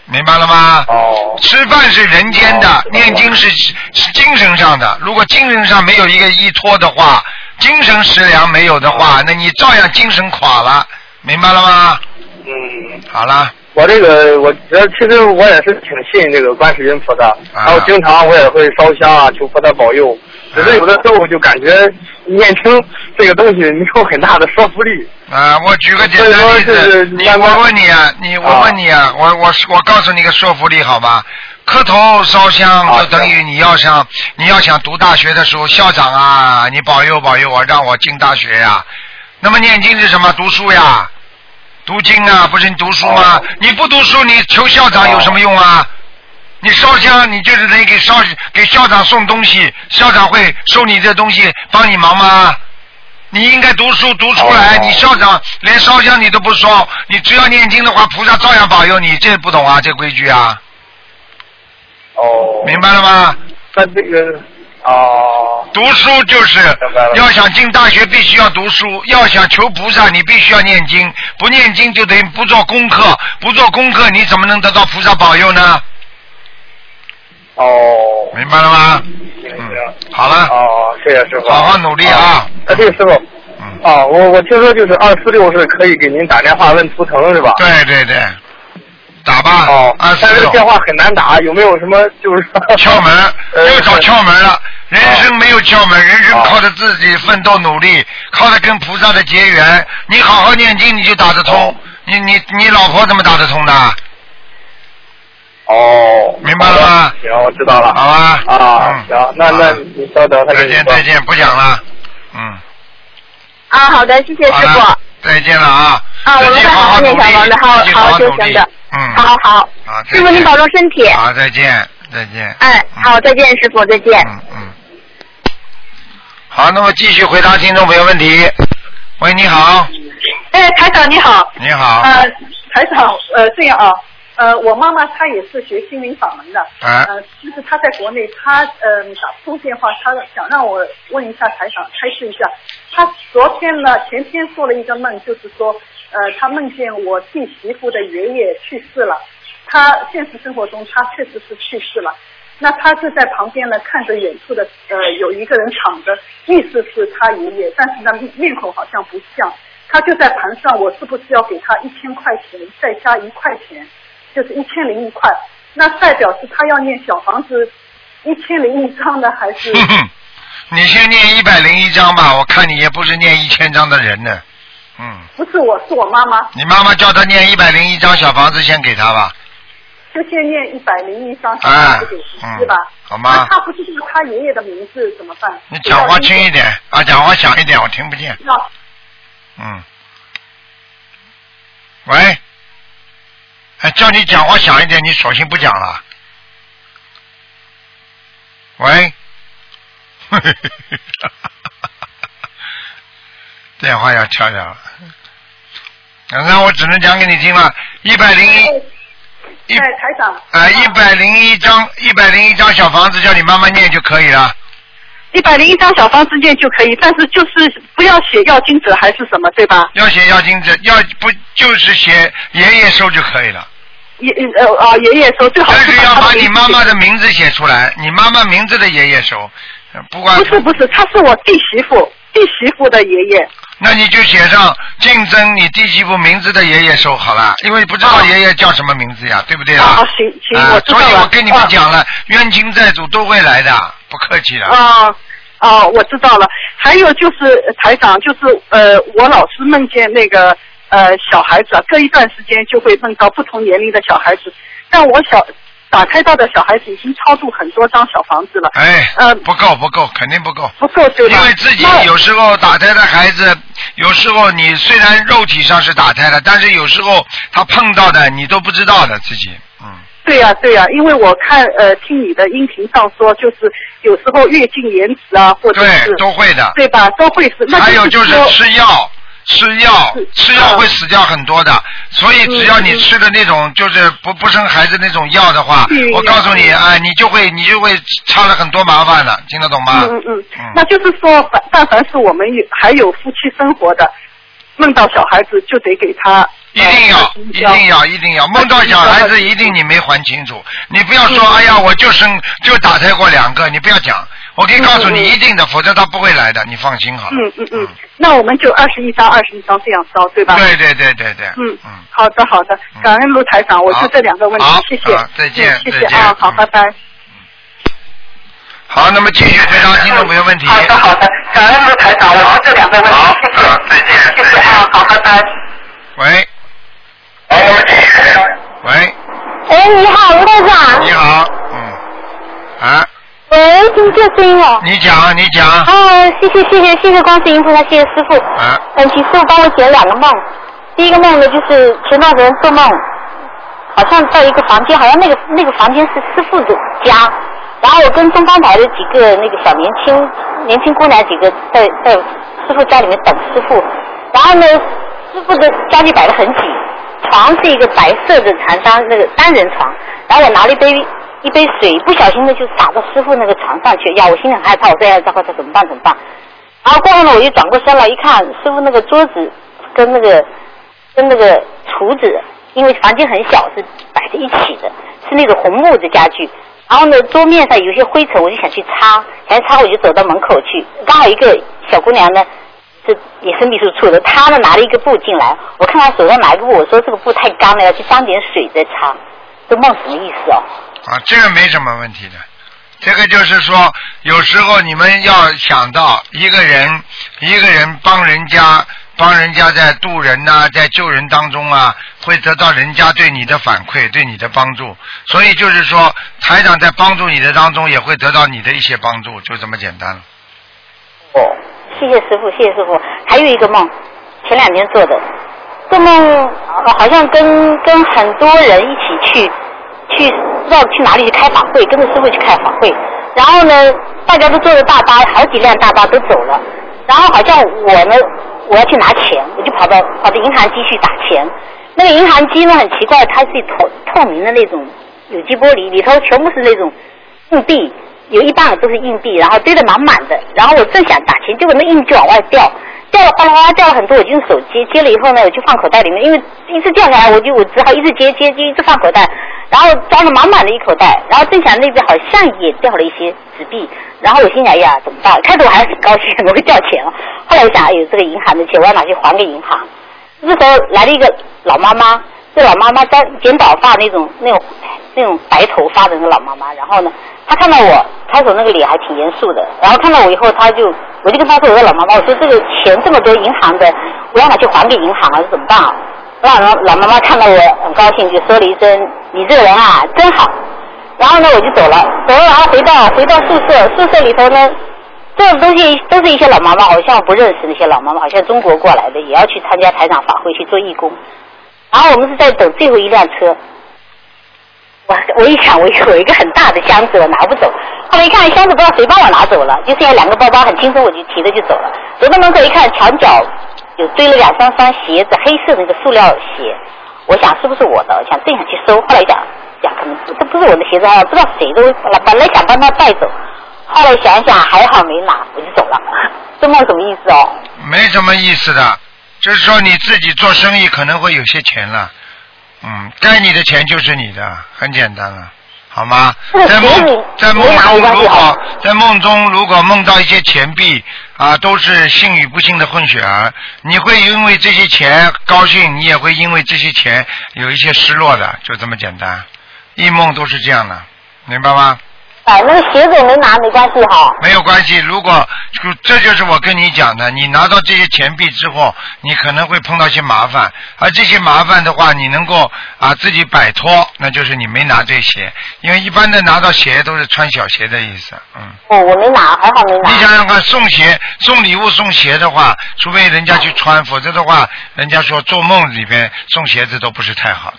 Speaker 2: 明白了吗？
Speaker 5: 哦。
Speaker 2: 吃饭是人间的，念经是是精神上的。如果精神上没有一个依托的话，精神食粮没有的话，
Speaker 5: 啊
Speaker 2: 那你照样精神垮了，明白了吗？
Speaker 5: 嗯。
Speaker 2: 好了，
Speaker 5: 我这个，我觉得其实
Speaker 2: 啊
Speaker 5: 我也是挺信这个观世音菩萨，然后经常我也会烧香啊，求菩萨保佑。只是有的时候我就感觉念经这个东西没有很大的说服力。
Speaker 2: 啊，我举个简单
Speaker 5: 所
Speaker 2: 例
Speaker 5: 以说
Speaker 2: 子
Speaker 5: 是，
Speaker 2: 你
Speaker 5: 慢慢
Speaker 2: 我问你啊，你我问你啊，我我我告诉你个说服力好吧？磕头烧香就等于你要想你要想读大学的时候，校长啊，你保佑保佑我，让我进大学呀、那么念经是什么？读书呀，读经啊，不是你读书吗？
Speaker 5: 哦
Speaker 2: 你不读书，你求校长有什么用啊？你烧香，你就是得给烧给校长送东西，校长会收你这东西帮你忙吗？你应该读书读出
Speaker 5: 哦
Speaker 2: 来，你校长连烧香你都不烧，你只要念经的话，菩萨照样保佑你，这不懂啊，这规矩啊。
Speaker 5: 哦，
Speaker 2: 明白了吗？
Speaker 5: 那这个哦，
Speaker 2: 读书就是要想进大学，必须要读书；要想求菩萨，你必须要念经。不念经就等于不做功课，不做功课你怎么能得到菩萨保佑呢？
Speaker 5: 哦，
Speaker 2: 明白了吗？嗯好了。
Speaker 5: 哦，谢谢师傅。
Speaker 2: 好好努力啊！
Speaker 5: 哎，对，师傅。
Speaker 2: 嗯
Speaker 5: 哦，我我听说就是二四六是可以给您打电话问图腾是吧？
Speaker 2: 对对对，打吧。
Speaker 5: 哦，
Speaker 2: 246
Speaker 5: 但是电话很难打，有没有什么
Speaker 2: 呃
Speaker 5: 就是说
Speaker 2: 窍门？
Speaker 5: 呃
Speaker 2: 又找窍门了。人生没有窍
Speaker 5: 哦
Speaker 2: 门，人生靠着自己奋斗努力，靠着跟菩萨的结缘。你好好念经，你就打得通。你你你老婆怎么打得通的？嗯
Speaker 5: 哦，
Speaker 2: 明白了吗？
Speaker 5: 行，我知道了。
Speaker 2: 好吧。嗯
Speaker 5: 啊，行，那那你稍等，他
Speaker 2: 再
Speaker 5: 给你
Speaker 2: 见
Speaker 5: 说
Speaker 2: 再见，不讲了，
Speaker 10: 啊，好的，谢谢师傅。
Speaker 2: 好再见了啊！
Speaker 10: 啊，我们会好好念小房子，好
Speaker 2: 自己好好
Speaker 10: 好修
Speaker 2: 努力
Speaker 10: 行的。
Speaker 2: 嗯，
Speaker 10: 好好，
Speaker 2: 好，
Speaker 10: 师傅您保重身体。
Speaker 2: 好，再见再见。
Speaker 10: 哎，好，再见，师傅，再见。
Speaker 2: 嗯好，那么继续回答听众朋友问题。喂，你好，
Speaker 12: 哎，台长你好。
Speaker 2: 你好，
Speaker 12: 呃，台长，呃，这样啊，呃，我妈妈她也是学心灵法门的，
Speaker 2: 啊
Speaker 12: 呃，就是她在国内，她呃打不通电话，她想让我问一下台长，开示一下。她昨天呢，前天做了一个梦，就是说，呃，她梦见我弟媳妇的爷爷去世了，她现实生活中她确实是去世了。那她就在旁边呢，看着远处的呃有一个人躺着，意思是她爷爷，但是呢面孔好像不像。她就在盘算我是不是要给她一千块钱，再加一块钱，就是一千零一块。那代表是她要念小房子一千零一张呢，还是
Speaker 2: 你先念一百零一章吧，我看你也不是念一千章的人呢。嗯，
Speaker 12: 不是我是我妈妈？
Speaker 2: 你妈妈叫他念一百零一章小房子，先给他吧，
Speaker 12: 就先念一百零一张小
Speaker 2: 哎
Speaker 12: 房子给
Speaker 2: 嗯
Speaker 12: 她是吧？
Speaker 2: 好
Speaker 12: 那
Speaker 2: 吗？
Speaker 12: 啊
Speaker 13: 啊
Speaker 12: 她不知道她爷爷的名字怎么办？
Speaker 2: 你讲话轻一点啊，讲话响一点，我听不见。
Speaker 12: 要。
Speaker 2: 嗯。喂，哎，叫你讲话响一点，你索性不讲了。喂， 电话要敲响了，那我只能讲给你听了，一百零一。
Speaker 12: 哎，台长，
Speaker 2: 啊，一百零一张，一百零一张小房子，叫你慢慢念就可以了。
Speaker 12: 一百零一张小方子念就可以，但是就是不要写要经者还是什么，对吧？
Speaker 2: 要写要经者，要不就是写爷爷收就可以了。
Speaker 12: 爷呃啊爷爷说最好
Speaker 2: 但是要把你妈妈
Speaker 12: 的
Speaker 2: 的名字写出来，你妈妈名字的爷爷收，呃不管
Speaker 12: 不是不是，他是我弟媳妇，弟媳妇的爷爷。
Speaker 2: 那你就写上竞争你弟媳妇名字的爷爷收好了，因为不知道爷爷叫什么名字呀，对不对啊？
Speaker 12: 啊行行
Speaker 2: 啊
Speaker 12: 我知道
Speaker 2: 所以
Speaker 12: 了
Speaker 2: 我跟你们
Speaker 12: 啊
Speaker 2: 讲了，冤亲债主都会来的，不客气了。
Speaker 12: 啊啊，我知道了。还有就是呃台长，就是呃，我老是梦见那个呃小孩子，啊，隔一段时间就会梦到不同年龄的小孩子，但我小打开到的小孩子已经超度很多张小房子了。
Speaker 2: 哎，
Speaker 12: 呃，
Speaker 2: 不够不够，肯定不够。
Speaker 12: 不够对吧？
Speaker 2: 因为自己有时候打胎的孩子，有时候你虽然肉体上是打胎的，但是有时候他碰到的你都不知道的自己。
Speaker 12: 对呀、对呀、因为我看呃听你的音频上说，就是有时候月经延迟啊，或者是
Speaker 2: 对都会的
Speaker 12: 对吧？都会是。那
Speaker 2: 还有就是
Speaker 12: 说啊
Speaker 2: 吃药，吃药，吃药会死掉很多的。所以只要
Speaker 12: 嗯
Speaker 2: 你吃的那种就是不不生孩子那种药的话
Speaker 12: 嗯，
Speaker 2: 我告诉你啊，你就会你就会差了很多麻烦了，听得懂吗？
Speaker 12: 嗯嗯嗯，那就是说，凡但凡是我们有还有夫妻生活的，梦到小孩子就得给他
Speaker 2: 一
Speaker 12: 呃
Speaker 2: 定
Speaker 12: 嗯
Speaker 2: 要，一定要，一定要梦到小孩子，一定你没还清楚。你不要
Speaker 12: 嗯
Speaker 2: 说，哎呀，我就生就打胎过两个，你不要讲。我可以告诉你，
Speaker 12: 嗯嗯
Speaker 2: 一定的，否则他不会来的，你放心好了。
Speaker 12: 嗯嗯嗯，那我们就二十一张二十一张这样烧，对吧？
Speaker 2: 对对对对对。
Speaker 12: 嗯，好的好的，感恩卢台长，我
Speaker 2: 好
Speaker 12: 就这两个问题
Speaker 2: 好，
Speaker 12: 谢谢
Speaker 2: 好，再见
Speaker 12: 嗯谢
Speaker 2: 再
Speaker 12: 谢
Speaker 2: 见
Speaker 12: 啊，好，拜拜。
Speaker 2: 好，那么继续回答听众朋友问题。好的，
Speaker 14: 好的，感恩卢台长，我就这两个问题，谢谢，谢谢
Speaker 10: 嗯
Speaker 14: 啊，好，拜拜。
Speaker 2: 喂，
Speaker 5: 嗯
Speaker 2: 喂，
Speaker 15: 哎，
Speaker 8: 哦
Speaker 15: 你好，卢队长。
Speaker 2: 你好，嗯，啊，
Speaker 15: 喂，听不见声音了。
Speaker 2: 你讲，你讲，
Speaker 15: 啊，谢谢谢谢谢谢观世音菩萨，谢谢师傅。
Speaker 2: 啊，
Speaker 15: 嗯，请师傅帮我解两个梦。第一个梦呢，就是前段时间做梦，好像在一个房间，好像那个那个房间是师傅的家。然后我跟东方台的几个那个小年轻年轻姑娘几个在在师傅家里面等师傅，然后呢，师傅的家具摆得很挤，床是一个白色的长沙那个单人床，然后我拿了一杯一杯水，不小心的就洒到师傅那个床上去，呀，我心里很害怕，我说呀，这这怎么办怎么办？然后过后呢，我又转过身来一看，师傅那个桌子跟那个跟那个厨子，因为房间很小，是摆在一起的，是那种红木的家具。然后呢，桌面上有些灰尘，我就想去擦，想去擦我就走到门口去，刚好一个小姑娘呢，这也是秘书处的，她呢拿了一个布进来，我看她手上拿一个布，我说这个布太干了，要去沾点水再擦，这梦什么意思哦？
Speaker 2: 啊，这个没什么问题的。这个就是说，有时候你们要想到一个人，一个人帮人家，帮人家在渡人呐、在救人当中啊，会得到人家对你的反馈，对你的帮助。所以就是说，台长在帮助你的当中，也会得到你的一些帮助，就这么简单了。
Speaker 15: 谢谢师傅，谢谢师傅。还有一个梦，前两天做的，这梦呃好像跟跟很多人一起去去不知道去哪里去开法会，跟着师傅去开法会。然后呢，大家都坐着大巴，好几辆大巴都走了。然后好像我呢，我要去拿钱，我就跑到跑到银行机去打钱。那个银行机呢很奇怪，它是透透明的那种有机玻璃，里头全部是那种硬币，有一半都是硬币，然后堆得满满的。然后我正想打钱，结果那硬币就往外掉，掉了哗啦哗啦掉了很多，我就用手接，接了以后呢，我就放口袋里面，因为一直掉下来，我就我只好一直接接接，一直放口袋，然后装了满满的一口袋，然后正想那边好像也掉了一些纸币，然后我心想，哎呀，怎么办？开始我还是很高兴，怎么会掉钱了？后来我想，哎呦，这个银行的钱我要拿去还给银行。这时候来了一个老妈妈，这老妈妈在剪短发那种那种那种白头发的那个老妈妈，然后呢，她看到我，开始那个脸还挺严肃的，然后看到我以后，她就我就跟她说，我说老妈妈，我说这个钱这么多，银行的，我要拿去还给银行了，怎么办啊？让老老妈妈看到我很高兴，就说了一声：“你这个人啊，真好。”然后呢，我就走了，走了，然后回到回到宿舍，宿舍里头呢，这种东西都是一些老妈妈，好像我不认识那些老妈妈，好像中国过来的，也要去参加台长法会去做义工。然后我们是在等最后一辆车，我我一想，我有一个很大的箱子，我拿不走。后来一看，哎箱子不知道谁帮我拿走了，就剩下两个包包，很轻松，我就提着就走了。走到门口一看，墙角有堆了两三双鞋子，黑色的那个塑料鞋。我想是不是我的？我想正想去收，后来一想想可能不这不是我的鞋子，好啊像不知道谁的。我本来想帮他带走，后来想一想还好没拿，我就走了。 这梦什么意思哦？
Speaker 2: 没什么意思的，就是说你自己做生意可能会有些钱了，嗯，该你的钱就是你的，很简单了，好吗？在梦在梦中如果在梦中如果梦到一些钱币啊，都是幸与不幸的混血儿，你会因为这些钱高兴，你也会因为这些钱有一些失落的，就这么简单，一梦都是这样的，明白吗？
Speaker 15: 哎，那个鞋子也没拿，没关系哈。
Speaker 2: 没有关系，如果就这就是我跟你讲的，你拿到这些钱币之后，你可能会碰到一些麻烦，而这些麻烦的话，你能够啊自己摆脱，那就是你没拿对鞋，因为一般的拿到鞋都是穿小鞋的意思，嗯。
Speaker 15: 哦，我没拿，还好没拿。
Speaker 2: 你想想看，送鞋、送礼物、送鞋的话，除非人家去穿，否则的话，人家说做梦里边送鞋子都不是太好的，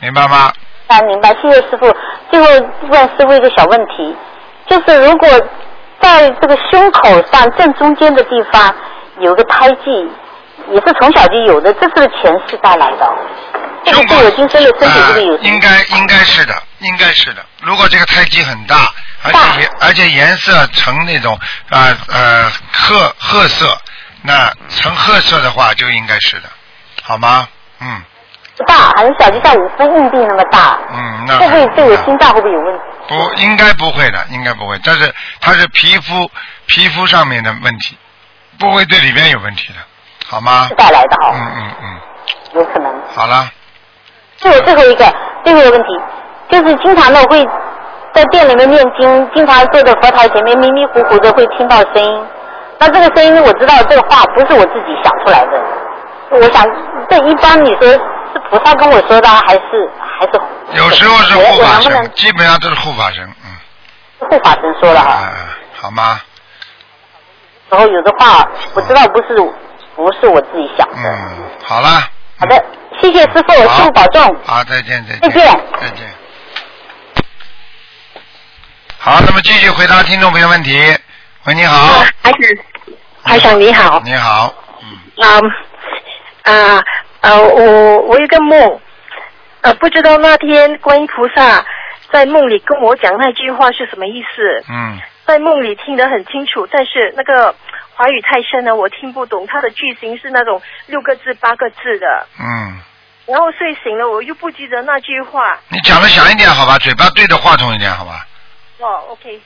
Speaker 2: 明白吗？
Speaker 15: 啊，明白，谢谢师傅。最后问师傅一个小问题，就是如果在这个胸口上正中间的地方有个胎记，也是从小就有的，这是不是前世带来的？哦这个对我今生的身体这个有
Speaker 2: 啊应该应该是的，应该是的。如果这个胎记很大，而且颜而且颜色呈那种啊呃褐褐色，那呈褐色的话就应该是的，好吗？嗯
Speaker 15: 不大，很小，就像五分硬币那么大，
Speaker 2: 嗯，那
Speaker 15: 会不会对我心脏会不会有问题？
Speaker 2: 不，应该不会的，应该不会。但是它是皮肤皮肤上面的问题，不会对里边有问题的，好吗？
Speaker 15: 带来的哈、
Speaker 2: 嗯嗯嗯，
Speaker 15: 有可能。
Speaker 2: 好了，
Speaker 15: 最后最后一个最后一个问题，就是经常呢我会在店里面念经，经常坐在佛台前面迷迷糊糊的会听到声音。那这个声音我知道，这个话不是我自己想出来的。我想，这一般你说是菩萨跟我说的啊，还是还是
Speaker 2: 有时候是护
Speaker 15: 我
Speaker 2: 法
Speaker 15: 能不能
Speaker 2: 神，基本上都是护法神，嗯，
Speaker 15: 护法神说了啊？
Speaker 2: 好吗？
Speaker 15: 然后有的话我知道不是不是我自己想的。
Speaker 2: 嗯，好了，
Speaker 15: 好的，谢谢师傅，师傅保重。
Speaker 2: 好，再见，再
Speaker 15: 再
Speaker 2: 见，
Speaker 15: 见。
Speaker 2: 再见。好，那么继续回答听众朋友问题。喂，你好，
Speaker 13: 台长，台长你好，
Speaker 2: 你好，
Speaker 13: 啊啊呃，我我有一个梦，呃，不知道那天观音菩萨在梦里跟我讲那句话是什么意思，
Speaker 2: 嗯
Speaker 13: 在梦里听得很清楚，但是那个华语太深了，我听不懂，它的句型是那种六个字、八个字的，
Speaker 2: 嗯，
Speaker 13: 然后睡醒了，我又不记得那句话。
Speaker 2: 你讲的响一点好吧，嘴巴对着话筒一点好吧。
Speaker 13: 哦，OK，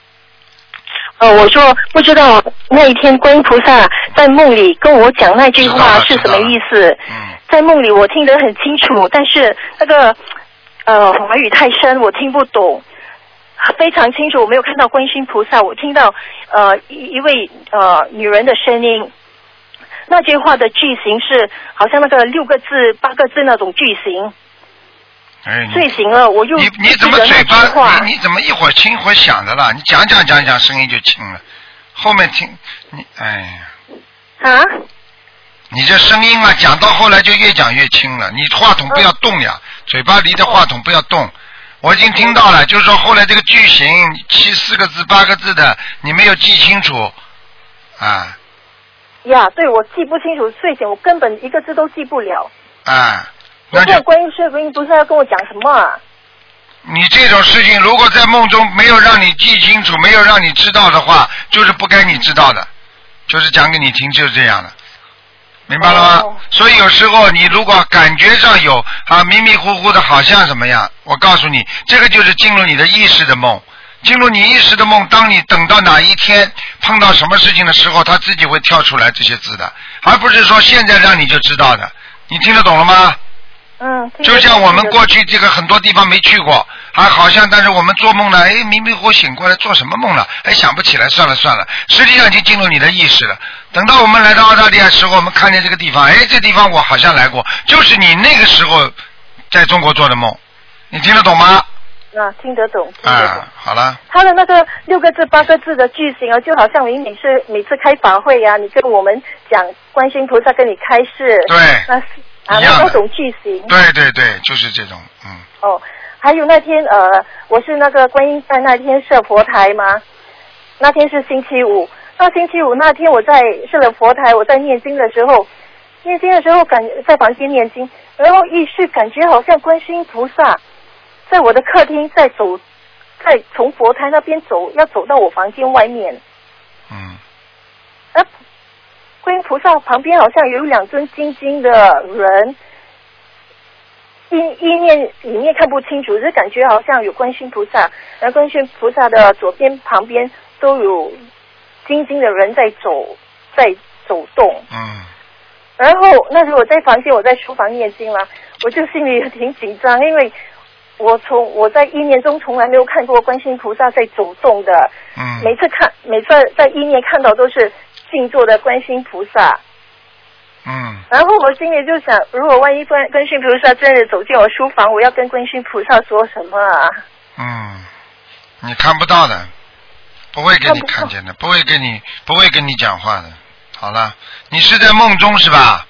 Speaker 15: 呃，我说
Speaker 13: 不知道那一天观音菩萨在梦里跟我讲那句话是什么意思。在梦里我听得很清楚，但是那个呃华语太深，我听不懂。非常清楚，我没有看到观世音菩萨，我听到呃一一位呃女人的声音。那句话的句型是好像那个六个字、八个字那种句型。
Speaker 2: 哎，你
Speaker 13: 睡醒了，我又
Speaker 2: 你你怎么
Speaker 13: 不记得
Speaker 2: 嘴
Speaker 13: 那句话
Speaker 2: 巴你你怎么一会儿轻一会儿响的啦？你讲讲讲讲，声音就轻了。后面听你哎呀，
Speaker 13: 啊？
Speaker 2: 你这声音啊，讲到后来就越讲越轻了。你话筒不要动呀，嘴巴离着话筒不要动。我已经听到了，就是说后来这个句型七四个字八个字的，你没有记清楚啊
Speaker 13: 呀，对，我记不清楚睡醒，我根本一个字都记不了。
Speaker 2: 啊！
Speaker 13: 那个观音是观音不是要跟我讲什么啊？
Speaker 2: 你这种事情如果在梦中没有让你记清楚，没有让你知道的话，就是不该你知道的，就是讲给你听，就是这样的，明白了吗？所以有时候你如果感觉上有啊迷迷糊糊的，好像怎么样，我告诉你，这个就是进入你的意识的梦。进入你意识的梦，当你等到哪一天碰到什么事情的时候，它自己会跳出来这些字的，而不是说现在让你就知道的。你听得懂了吗？
Speaker 13: 嗯，
Speaker 2: 就像我们过去这个很多地方没去过，还好像但是我们做梦呢，哎迷迷糊糊醒过来做什么梦了，哎想不起来，算了算了，实际上已经进入你的意识了。等到我们来到澳大利亚的时候，我们看见这个地方，哎这地方我好像来过，就是你那个时候在中国做的梦，你听得懂吗？
Speaker 13: 啊，听得懂。
Speaker 2: 啊，好了，
Speaker 13: 他的那个六个字、八个字的句型啊，就好像你每次每次开法会呀、你跟我们讲观世音菩萨跟你开示，
Speaker 2: 对
Speaker 13: 那是啊，
Speaker 2: 一样的
Speaker 13: 那种句型。
Speaker 2: 对对对，就是这种，嗯
Speaker 13: 哦，还有那天呃，我是那个观音在那天设佛台嘛，那天是星期五，那星期五那天我在设了佛台，我在念经的时候，念经的时候感在房间念经，然后意识感觉好像观世音菩萨在我的客厅在走，在从佛台那边走，要走到我房间外面。
Speaker 2: 嗯。
Speaker 13: 呃，观音菩萨旁边好像有两尊金金的人，意意念里面看不清楚，就感觉好像有观世音菩萨，然后观世音菩萨的左边旁边都有金金的人在走，在走动。
Speaker 2: 嗯。
Speaker 13: 然后那时候我在房间，我在书房念经啦，我就心里挺紧张，因为我从我在意念中从来没有看过观世音菩萨在走动的，
Speaker 2: 嗯
Speaker 13: 每次看每次在意念看到都是静坐的观世音菩萨，
Speaker 2: 嗯
Speaker 13: 然后我心里就想，如果万一观观世音菩萨真的走进我书房，我要跟观世音菩萨说什么啊？
Speaker 2: 嗯，你看不到的，不会给你看见的，不会跟你不会跟你讲话的。好了，你是在梦中是吧？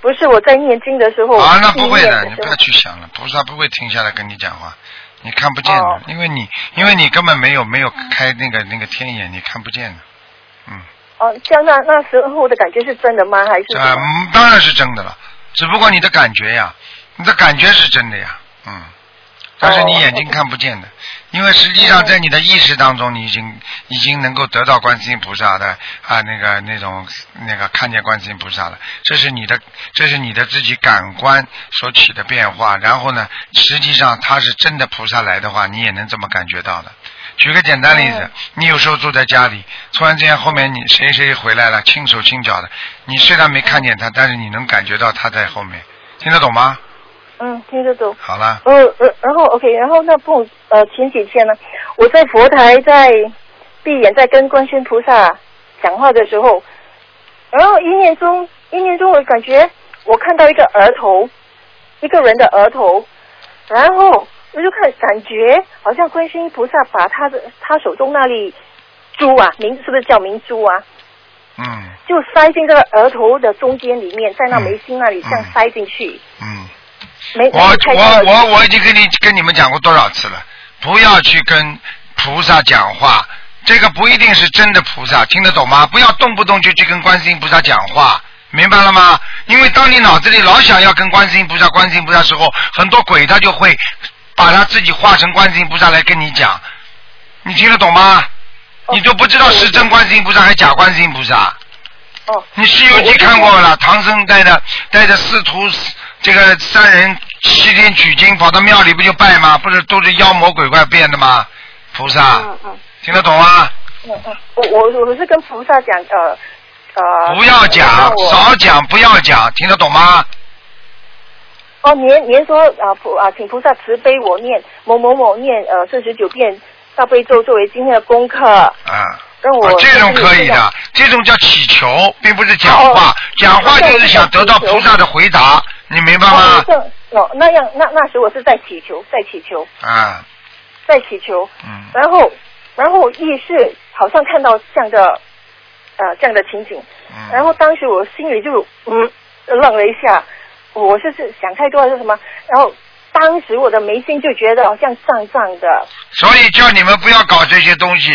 Speaker 13: 不是我在念经的时候，
Speaker 2: 啊，那不会
Speaker 13: 意
Speaker 2: 的，你
Speaker 13: 念时
Speaker 2: 不
Speaker 13: 候
Speaker 2: 要去想了，菩萨不会停下来跟你讲话，你看不见的，
Speaker 13: 哦
Speaker 2: 因为你因为你根本没有没有开那个那个天眼，你看不见的，嗯，
Speaker 13: 哦，这样那那时候的感觉是真的吗？还是
Speaker 2: 这、嗯当然是真的了，只不过你的感觉呀，你的感觉是真的呀，嗯，但是你眼睛看不见的，因为实际上在你的意识当中，你已经已经能够得到观世音菩萨的啊那个那种那个看见观世音菩萨了，这是你的这是你的自己感官所起的变化，然后呢，实际上他是真的菩萨来的话，你也能这么感觉到的。举个简单例子，你有时候住在家里，突然之间后面你谁谁回来了，轻手轻脚的，你虽然没看见他，但是你能感觉到他在后面，听得懂吗？
Speaker 13: 嗯，听得懂。
Speaker 2: 好了，
Speaker 13: 呃呃，然后 OK，然后那不呃前几天呢，我在佛台在闭眼在跟观世音菩萨讲话的时候，然后一念中一念中我感觉我看到一个额头，一个人的额头，然后我就看感觉好像观世音菩萨把他的他手中那粒珠啊，明是不是叫明珠啊？
Speaker 2: 嗯
Speaker 13: 就塞进这个额头的中间里面，在那眉心那里这样塞进去。
Speaker 2: 嗯，
Speaker 13: 没
Speaker 2: 我我我我已经跟你跟你们讲过多少次了，不要去跟菩萨讲话，这个不一定是真的菩萨，听得懂吗？不要动不动就去跟观世音菩萨讲话。明白了吗？因为当你脑子里老想要跟观世音菩萨、观世音菩萨时候，很多鬼他就会把他自己化成观世音菩萨来跟你讲，你听得懂吗？你都不知道是真观世音菩萨还是假观世音菩萨。
Speaker 13: 哦。
Speaker 2: 你《西游记》看过了，唐僧带着带着师徒这个三人西天取经，跑到庙里不就拜吗？不是都是妖魔鬼怪变的吗？菩萨，
Speaker 13: 嗯嗯
Speaker 2: 听得懂吗？
Speaker 13: 嗯嗯，我我我是跟菩萨讲，呃呃。
Speaker 2: 不要讲
Speaker 13: 让，我
Speaker 2: 少。讲，不要讲，听得懂吗？
Speaker 13: 哦，您您说啊菩啊，请菩萨慈悲我念某某某念呃四十九遍大悲咒作为今天的功课，
Speaker 2: 啊。
Speaker 13: 让我、
Speaker 2: 啊，这种可以的，这种叫祈求，并不是讲
Speaker 13: 哦
Speaker 2: 话，讲话就是想得到菩萨的回答，你明白吗
Speaker 13: 哦？这样哦，那样那那时我是在祈求，在祈求，
Speaker 2: 啊，
Speaker 13: 在祈求，
Speaker 2: 嗯，
Speaker 13: 然后然后意识好像看到这样的呃这样的情景，
Speaker 2: 嗯
Speaker 13: 然后当时我心里就嗯愣了一下，我就是想太多还是什么，然后当时我的眉心就觉得好像胀胀的，
Speaker 2: 所以叫你们不要搞这些东西，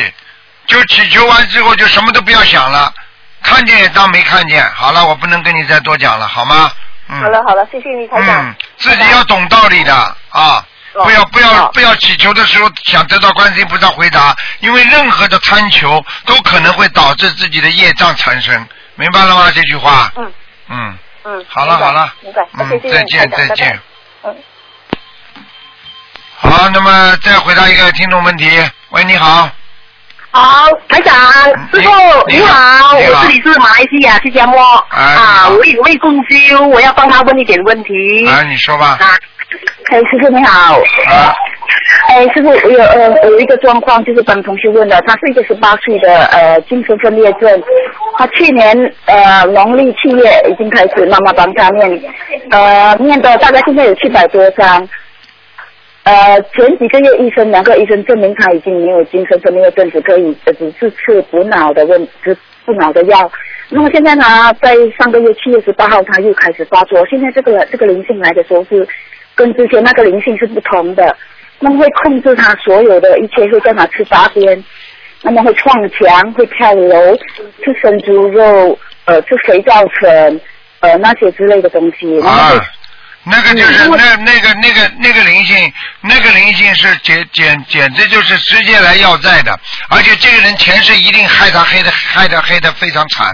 Speaker 2: 就祈求完之后就什么都不要想了，看见也当没看见。好了，我不能跟你再多讲了，好吗？嗯。
Speaker 13: 好了好了，谢谢你台长，
Speaker 2: 嗯，自己要懂道理的啊。不要不要不要祈求的时候想得到观世音菩萨回答，因为任何的贪求都可能会导致自己的业障产生，明白了吗？这句话。
Speaker 13: 嗯
Speaker 2: 嗯，
Speaker 13: 嗯，
Speaker 2: 好了
Speaker 13: 明白
Speaker 2: 好了
Speaker 13: 明白，那
Speaker 2: 嗯
Speaker 13: 谢谢
Speaker 2: 再
Speaker 13: 你台
Speaker 2: 见
Speaker 13: 长，
Speaker 2: 再
Speaker 13: 拜
Speaker 2: 见
Speaker 13: 拜。。嗯。
Speaker 2: 好，那么再回答一个听众问题。喂，你好。
Speaker 16: 好，台长，师傅
Speaker 2: 你
Speaker 16: 你
Speaker 2: 好
Speaker 16: 好，
Speaker 2: 哎你好
Speaker 16: 我这里是马来西亚新加坡
Speaker 2: 哎
Speaker 16: 啊，我有位共修，我要帮他问一点问题。
Speaker 2: 啊，你说吧。
Speaker 16: 哎，师傅你好。
Speaker 2: 啊。
Speaker 16: 哎，师傅，我有呃，我有一个状况，就是帮同学问的，他是一个十八岁的呃精神分裂症，他去年呃农历七月已经开始妈妈帮他念，呃念的大概现在有七百多张，呃前几个月医生两个医生证明他已经没有精神分裂症，只可以呃只是吃补脑的问只补脑的药，那么现在呢，在上个月七月十八号他又开始发作，现在这个这个灵性来的时候是跟之前那个灵性是不同的，那么会控制他所有的一切，会叫他吃八边，那么会撞墙，会跳楼，吃生猪肉，呃，吃肥皂粉，呃，那些之类的东西，然
Speaker 2: 啊
Speaker 16: 后会
Speaker 2: 那
Speaker 13: 嗯
Speaker 2: 个就是那那个那个那个灵性，那个灵性是简简简直就是直接来要债的，而且这个人前世一定害他黑的害他黑的非常惨。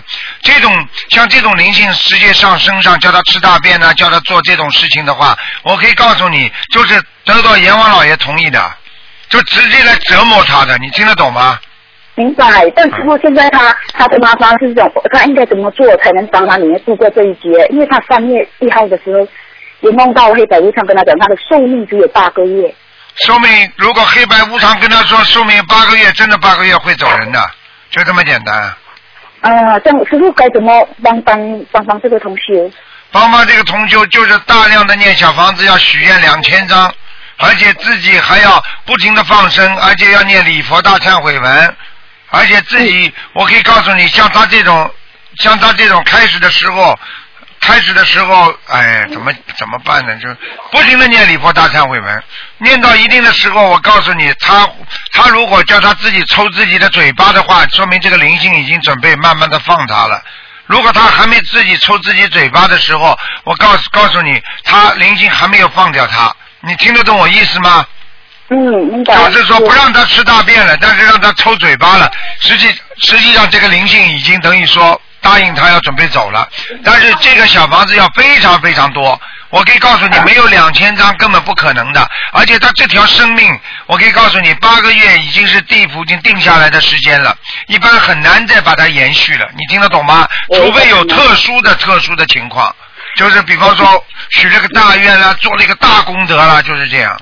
Speaker 2: 这种像这种灵性直接上身上叫他吃大便呐、叫他做这种事情的话，我可以告诉你，就是得到阎王老爷同意的，就直接来折磨他的，你听得懂吗？
Speaker 16: 明白，但是傅现在他他的妈妈是这种，他应该怎么做才能帮他女儿度过这一劫？因为他三月一号的时候也梦到黑白无常跟他讲，他的寿命只有八个月。
Speaker 2: 说明如果黑白无常跟他说，说明八个月真的八个月会走人的，就这么简单。
Speaker 16: 啊、这样师傅该怎么帮帮帮帮这个同学？
Speaker 2: 帮帮这个同修，就是大量的念小房子，要许愿两千张，而且自己还要不停的放生，而且要念礼佛大忏悔文，而且自
Speaker 16: 哎
Speaker 2: 己，我可以告诉你，像他这种，像他这种开始的时候，开始的时候，哎，怎么怎么办呢？就是不停的念礼佛大忏悔文，念到一定的时候，我告诉你，他他如果叫他自己抽自己的嘴巴的话，说明这个灵性已经准备慢慢的放他了。如果他还没自己抽自己嘴巴的时候，我告诉告诉你，他灵性还没有放掉他，你听得懂我意思吗？
Speaker 16: 嗯，明白。
Speaker 2: 就是说不让他吃大便了，但是让他抽嘴巴了。实际实际上这个灵性已经等于说答应他要准备走了，但是这个小房子要非常非常多。我可以告诉你，没有两千张根本不可能的。而且他这条生命，我可以告诉你，八个月已经是地府已经定下来的时间了，一般很难再把它延续了。你听得懂吗？除非有特殊的特殊的情况。就是比方说许了个大愿啦，做了一个大功德啦，就是这样。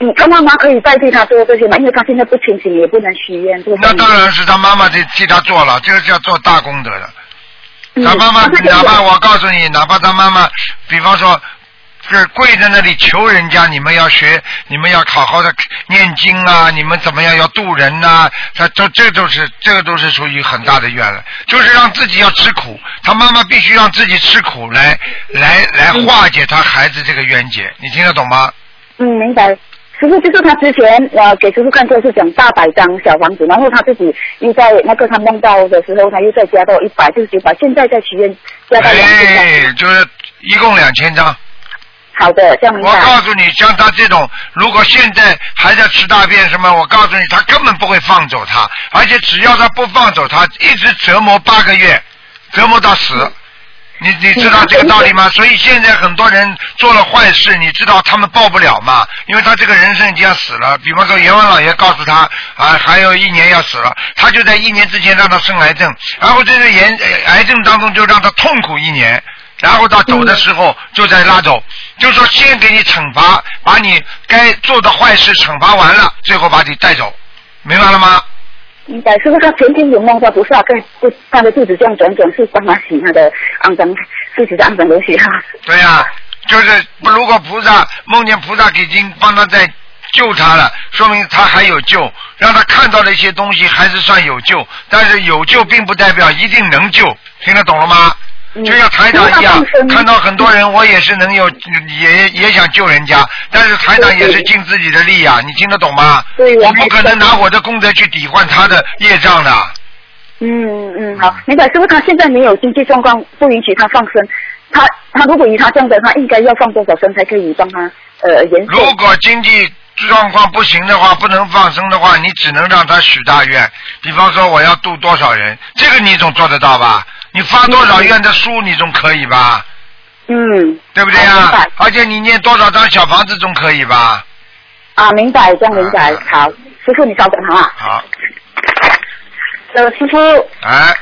Speaker 16: 嗯，他妈妈可以代替他做这些嘛，因为他现在不清醒，也不能许愿，对吧？
Speaker 2: 那当然是他妈妈替替他做了，这个叫做大功德的。
Speaker 16: 嗯
Speaker 2: 他妈妈，
Speaker 16: 那这个
Speaker 2: 哪怕我告诉你，哪怕他妈妈，比方说，是跪在那里求人家，你们要学，你们要好好的念经啊，你们怎么样要度人呐、他这这都是这个都是属于很大的愿了，就是让自己要吃苦，他妈妈必须让自己吃苦来来来化解他孩子这个冤结，你听得懂吗？
Speaker 16: 嗯，明白。师傅就是他之前呃给师傅看过是讲大百张小房子，然后他自己又在那个他梦到的时候，他又再加到一百，就是九百，现在在许愿加到两千张。
Speaker 2: 哎，就是一共两千张。
Speaker 16: 好的，这样明
Speaker 2: 我
Speaker 16: 白。
Speaker 2: 告诉你，像他这种，如果现在还在吃大便什么，我告诉你，他根本不会放走他，而且只要他不放走他，一直折磨八个月，折磨到死。你你知道这个道理吗？所以现在很多人做了坏事，你知道他们报不了嘛？因为他这个人生已经要死了。比方说阎王老爷告诉他啊，还有一年要死了，他就在一年之前让他生癌症，然后这个炎癌症当中就让他痛苦一年，然后他走的时候就在拉走，就是说先给你惩罚，把你该做的坏事惩罚完了，最后把你带走，明白了吗？
Speaker 16: 明白，师傅他前天有梦到不是啊，跟不他的肚子这样转转，是帮他洗他的肮脏自己的肮脏东西哈、
Speaker 2: 对呀、就是如果菩萨梦见菩萨已经帮他在救他了，说明他还有救，让他看到了一些东西还是算有救，但是有救并不代表一定能救，听得懂了吗？就像台长一样，看到很多人，我也是能有，也也想救人家，但是台长也是尽自己的力呀、你听得懂吗？
Speaker 16: 对我
Speaker 2: 我不可能拿我的功德去抵换他的业障的。
Speaker 16: 嗯嗯，好，明白。师傅他现在没有经济状况，不允许他放生。他他如果以他这样的，他应该要放多少生才可以帮他呃延寿？
Speaker 2: 如果经济状况不行的话，不能放生的话，你只能让他许大愿。比方说，我要度多少人，这个你总做得到吧？你发多少愿的书，你总可以吧？
Speaker 16: 嗯，
Speaker 2: 对不对呀、而且你念多少张小房子，总可以吧？
Speaker 16: 啊，明白，这样明白。好，师傅你稍等好啊。
Speaker 2: 好，
Speaker 17: 呃，师傅
Speaker 2: 哎，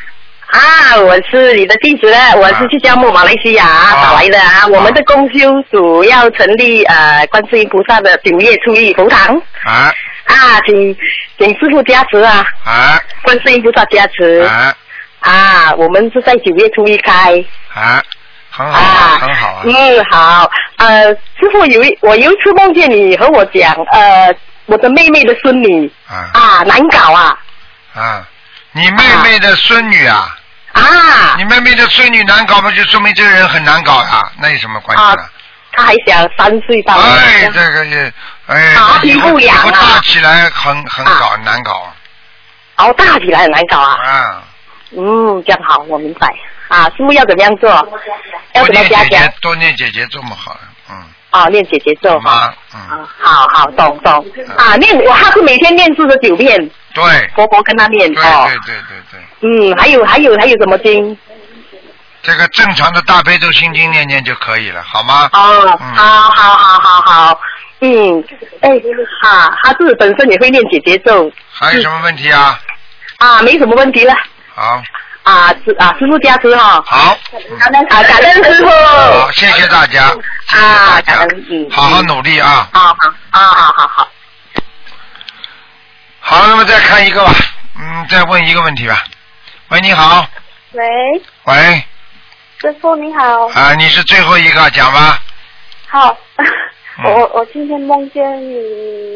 Speaker 17: 啊，我是你的弟子，
Speaker 2: 啊
Speaker 17: 我是去教牧马来西亚打来的啊。我们的公修组要成立呃观世音菩萨的九月初一佛堂
Speaker 2: 啊
Speaker 17: 啊，请请师傅加持啊，
Speaker 2: 啊
Speaker 17: 观世音菩萨加持
Speaker 2: 啊
Speaker 17: 啊。我们是在九月初一开，
Speaker 2: 啊，很好，很好啊。
Speaker 17: 嗯，好，呃，师傅有一我有一次梦见你和我讲，呃，我的妹妹的孙女
Speaker 2: 啊
Speaker 17: 啊难搞啊，
Speaker 2: 啊，你妹妹的孙女啊？
Speaker 17: 啊，
Speaker 2: 你妹妹的孙女难搞嘛，就说明这个人很难搞呀、那有什么关系啊呢？
Speaker 17: 啊她还小三岁吧，
Speaker 2: 哎，这个也，哎，
Speaker 17: 啊
Speaker 2: 以后
Speaker 17: 皮肤
Speaker 2: 以
Speaker 17: 痒啊
Speaker 2: 后大起来很很搞难搞。
Speaker 17: 熬大起来很难搞啊。
Speaker 2: 啊，
Speaker 17: 嗯，这样好，我明白。啊，师傅要怎么样做？要
Speaker 2: 多
Speaker 17: 怎么
Speaker 2: 念
Speaker 17: 加
Speaker 2: 姐
Speaker 17: 强？
Speaker 2: 姐，多念姐姐这么好了，嗯，
Speaker 17: 哦，念姐姐咒。
Speaker 2: 妈，
Speaker 17: 好好，懂懂。
Speaker 2: 嗯
Speaker 17: 啊，念我还是每天念四十九遍，
Speaker 2: 对，
Speaker 17: 佛佛跟他念
Speaker 2: 对
Speaker 17: 哦。
Speaker 2: 对对对对，嗯
Speaker 17: 嗯，还有还有还有什么经？
Speaker 2: 这个正常的大悲咒心经念念就可以了，好吗？
Speaker 17: 哦，好好好好好。嗯，哎，啊，他是本身也会念姐姐咒
Speaker 2: 还有什么问题啊？
Speaker 17: 啊，没什么问题了
Speaker 2: 好，
Speaker 17: 啊，师啊，师傅加持哈。
Speaker 2: 好。
Speaker 17: 啊，感恩师傅。啊
Speaker 2: 好，谢谢大家，谢谢大家，好好努力啊。
Speaker 17: 好好啊，好好好。
Speaker 2: 好，那么再看一个吧，嗯，再问一个问题吧。喂，你好，
Speaker 6: 喂，
Speaker 2: 喂，
Speaker 6: 师傅你好。
Speaker 2: 啊，你是最后一个，讲吧。
Speaker 6: 好，
Speaker 2: 嗯
Speaker 6: 我 我我今天梦见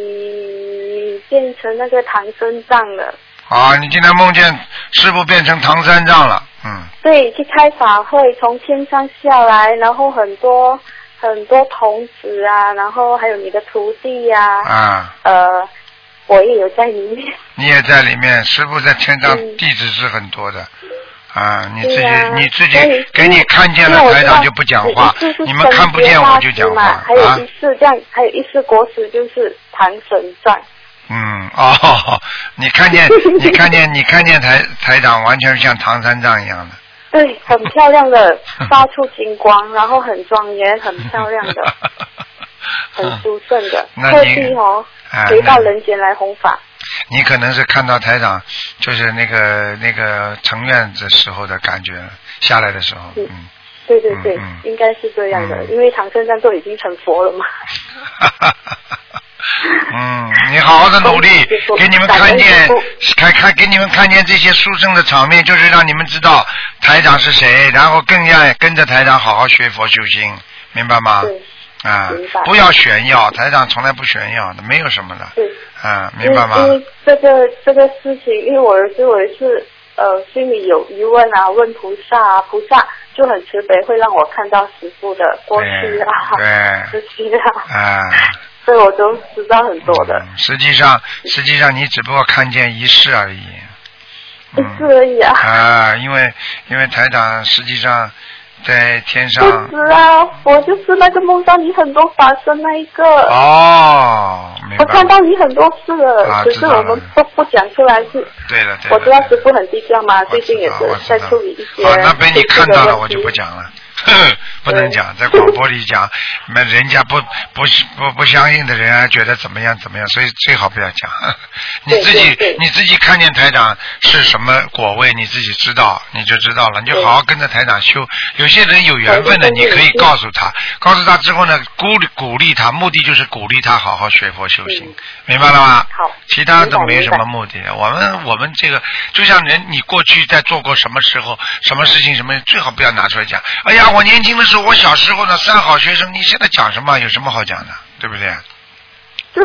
Speaker 6: 你变成那个唐三藏了。
Speaker 2: 啊，你今天梦见师傅变成唐三藏了，嗯，
Speaker 6: 对，去开法会，从天上下来，然后很多很多童子啊，然后还有你的徒弟呀、
Speaker 2: 啊，
Speaker 6: 呃，我也有在里面。
Speaker 2: 你也在里面，师傅在天上
Speaker 6: 嗯
Speaker 2: 弟子是很多的，啊，你自己、
Speaker 6: 对呀
Speaker 2: 你自己
Speaker 6: 所以
Speaker 2: 给你看见
Speaker 6: 因为
Speaker 2: 了
Speaker 6: 我
Speaker 2: 台
Speaker 6: 知
Speaker 2: 长
Speaker 6: 道
Speaker 2: 就不讲话
Speaker 6: 一次，是
Speaker 2: 你们看不见我就讲话
Speaker 6: 神学大师嘛还有
Speaker 2: 啊
Speaker 6: 一，次这样，还有一次国师就是唐神藏。
Speaker 2: 嗯，哦，你看见你看见你看见台台长完全是像唐三藏一样的，
Speaker 6: 对，很漂 亮的，发出金光，然后很庄严，很漂亮的， 很殊胜的，
Speaker 2: 那
Speaker 6: 特
Speaker 2: 你
Speaker 6: 地哦
Speaker 2: 啊
Speaker 6: 回到
Speaker 2: 那
Speaker 6: 人间来弘法。
Speaker 2: 你可能是看到台长就是那个那个成愿的时候的感觉，下来的时候，嗯，
Speaker 6: 对对对，应该是这样的，因为唐三藏都已经成佛了嘛。
Speaker 2: 嗯，你好好的努 力
Speaker 6: 谢谢，
Speaker 2: 给你们
Speaker 6: 感恩
Speaker 2: 看见
Speaker 6: 师父，
Speaker 2: 看看给你们看见这些书生的场面，就是让你们知道台长是谁，然后更要跟着台长好好学佛修心，明白吗？啊，不要炫耀，台长从来不炫耀的，没有什么的。啊，明白吗？
Speaker 6: 因为这个这个事情，因为我儿子有一次呃心里有疑问啊，问菩萨啊，菩萨就很慈悲，会让我看到师傅的过去啊，
Speaker 2: 对，
Speaker 6: 时期啊，
Speaker 2: 啊，嗯
Speaker 6: 所以我都知道很多的，
Speaker 2: 实际上实际上你只不过看见一世而已。
Speaker 6: 是而已啊，
Speaker 2: 啊，因为因为台长实际上在天上
Speaker 6: 是啊，我就是那个梦到你很多法身那一个，
Speaker 2: 哦，
Speaker 6: 我看到你很多次了，
Speaker 2: 啊
Speaker 6: 只是我们不不讲出来是。
Speaker 2: 对了对
Speaker 6: 我
Speaker 2: 了，
Speaker 6: 知道师傅很低调嘛，最近也是在处理一些
Speaker 2: 哦，那被你看到了，我就
Speaker 6: 这个问题
Speaker 2: 不讲了。 不能讲，在广播里讲，那人家不不不不相应的人啊，觉得怎么样怎么样，所以最好不要讲。 你自己你自己看见台长是什么果位，你自己知道，你就知道了，你就好好跟着台长修。有些人有缘分的，
Speaker 11: 对
Speaker 2: 你
Speaker 11: 对对
Speaker 2: 可以告诉他，告诉他之后呢，鼓励鼓励他，目的就是鼓励他好好学佛修行，明白了吗？
Speaker 6: 好，
Speaker 2: 其他都没什么目的。我们我们这个就像人，你过去在做过什么时候、什么事情、什么，最好不要拿出来讲。哎呀，我年轻的时候，我小时候呢，三好学生，你现在讲什么？有什么好讲的？对不对？
Speaker 6: 对，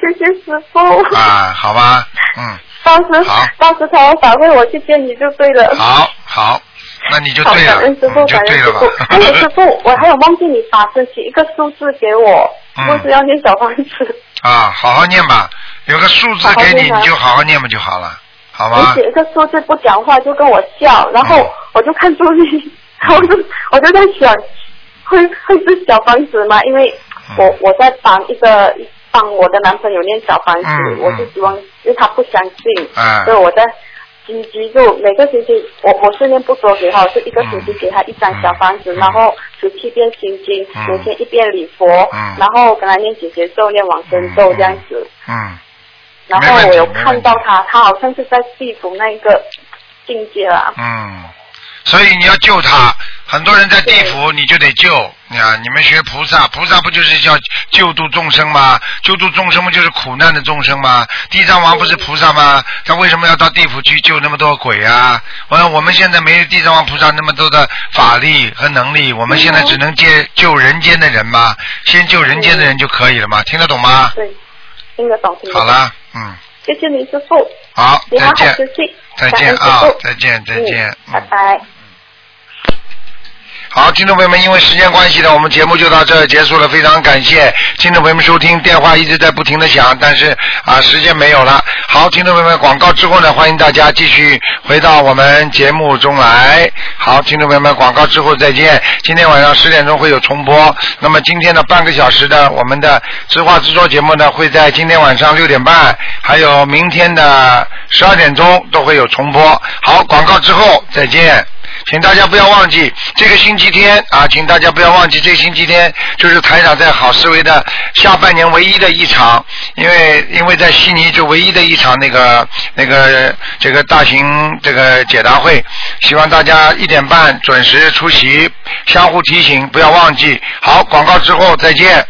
Speaker 6: 谢谢师傅。
Speaker 2: 啊，好吧，嗯，
Speaker 6: 到时
Speaker 2: 好
Speaker 6: 到时台湾法会我去见你就对了。
Speaker 2: 好，好，那你就
Speaker 6: 好，
Speaker 2: 对
Speaker 6: 感
Speaker 2: 了，嗯
Speaker 6: 恩师傅，
Speaker 2: 你就
Speaker 6: 感恩
Speaker 2: 对
Speaker 6: 师
Speaker 2: 了
Speaker 6: 傅。还有师
Speaker 2: 吧。
Speaker 6: 傅，我还有忘记你把这写一个数字给我，
Speaker 2: 嗯
Speaker 6: 我只要念小房子，
Speaker 2: 啊，好好念吧，有个数字给你，
Speaker 6: 好好念吧
Speaker 2: 你就好好念不就好了，好
Speaker 6: 我
Speaker 2: 吧？嗯
Speaker 6: 写一个数字不讲话就跟我笑，然后我就看住你，然后我就我就在想，会会是小房子吗？因为
Speaker 2: 嗯
Speaker 6: 我我在帮一个帮我的男朋友念小房子，
Speaker 2: 嗯嗯
Speaker 6: 我就希望，因为他不相信，
Speaker 2: 啊
Speaker 6: 所以我在。积极就每个星期，我我是念不多给他，我是一个星期给他一张小房子，然后十七遍心经，
Speaker 2: 嗯
Speaker 6: 每天一遍礼佛，
Speaker 2: 嗯
Speaker 6: 然后跟他念姐姐咒，念往生咒这样子。
Speaker 2: 嗯，
Speaker 6: 然
Speaker 2: 没
Speaker 6: 后
Speaker 2: 问
Speaker 6: 我
Speaker 2: 题
Speaker 6: 有
Speaker 2: 没
Speaker 6: 看到他，他好像是在地图那一个境界啦。
Speaker 2: 嗯，所以你要救他。很多人在地府，你就得救啊！你们学菩萨，菩萨不就是叫救度众生吗？救度众生不就是苦难的众生吗？地藏王不是菩萨吗？他为什么要到地府去救那么多鬼啊？我我们现在没有地藏王菩萨那么多的法力和能力，我们现在只能接救人间的人嘛，先救人间的人就可以了嘛，听得懂吗？
Speaker 6: 嗯对，听得懂，听得懂。
Speaker 2: 好啦，嗯，
Speaker 6: 谢谢你师傅，
Speaker 2: 好，
Speaker 6: 你好
Speaker 2: 再
Speaker 6: 好
Speaker 2: 见
Speaker 6: 休，息，
Speaker 2: 再
Speaker 6: 感恩
Speaker 2: 见
Speaker 6: 师
Speaker 2: 啊
Speaker 6: 父，
Speaker 2: 再见，再见，嗯
Speaker 6: 拜拜。
Speaker 2: 好，听众朋友们，因为时间关系呢，我们节目就到这儿结束了。非常感谢听众朋友们收听，电话一直在不停的响，但是啊，时间没有了。好，听众朋友们，广告之后呢，欢迎大家继续回到我们节目中来。好，听众朋友们，广告之后再见。今天晚上十点钟会有重播。那么今天的半个小时的我们的直话直说节目呢，会在今天晚上六点半，还有明天的十二点钟都会有重播。好，广告之后再见。请大家不要忘记这个星期天啊，请大家不要忘记这个星期天就是台长在好思维的下半年唯一的一场，因为因为在悉尼就唯一的一场那个那个这个大型这个解答会，希望大家一点半准时出席，相互提醒，不要忘记。好，广告之后再见。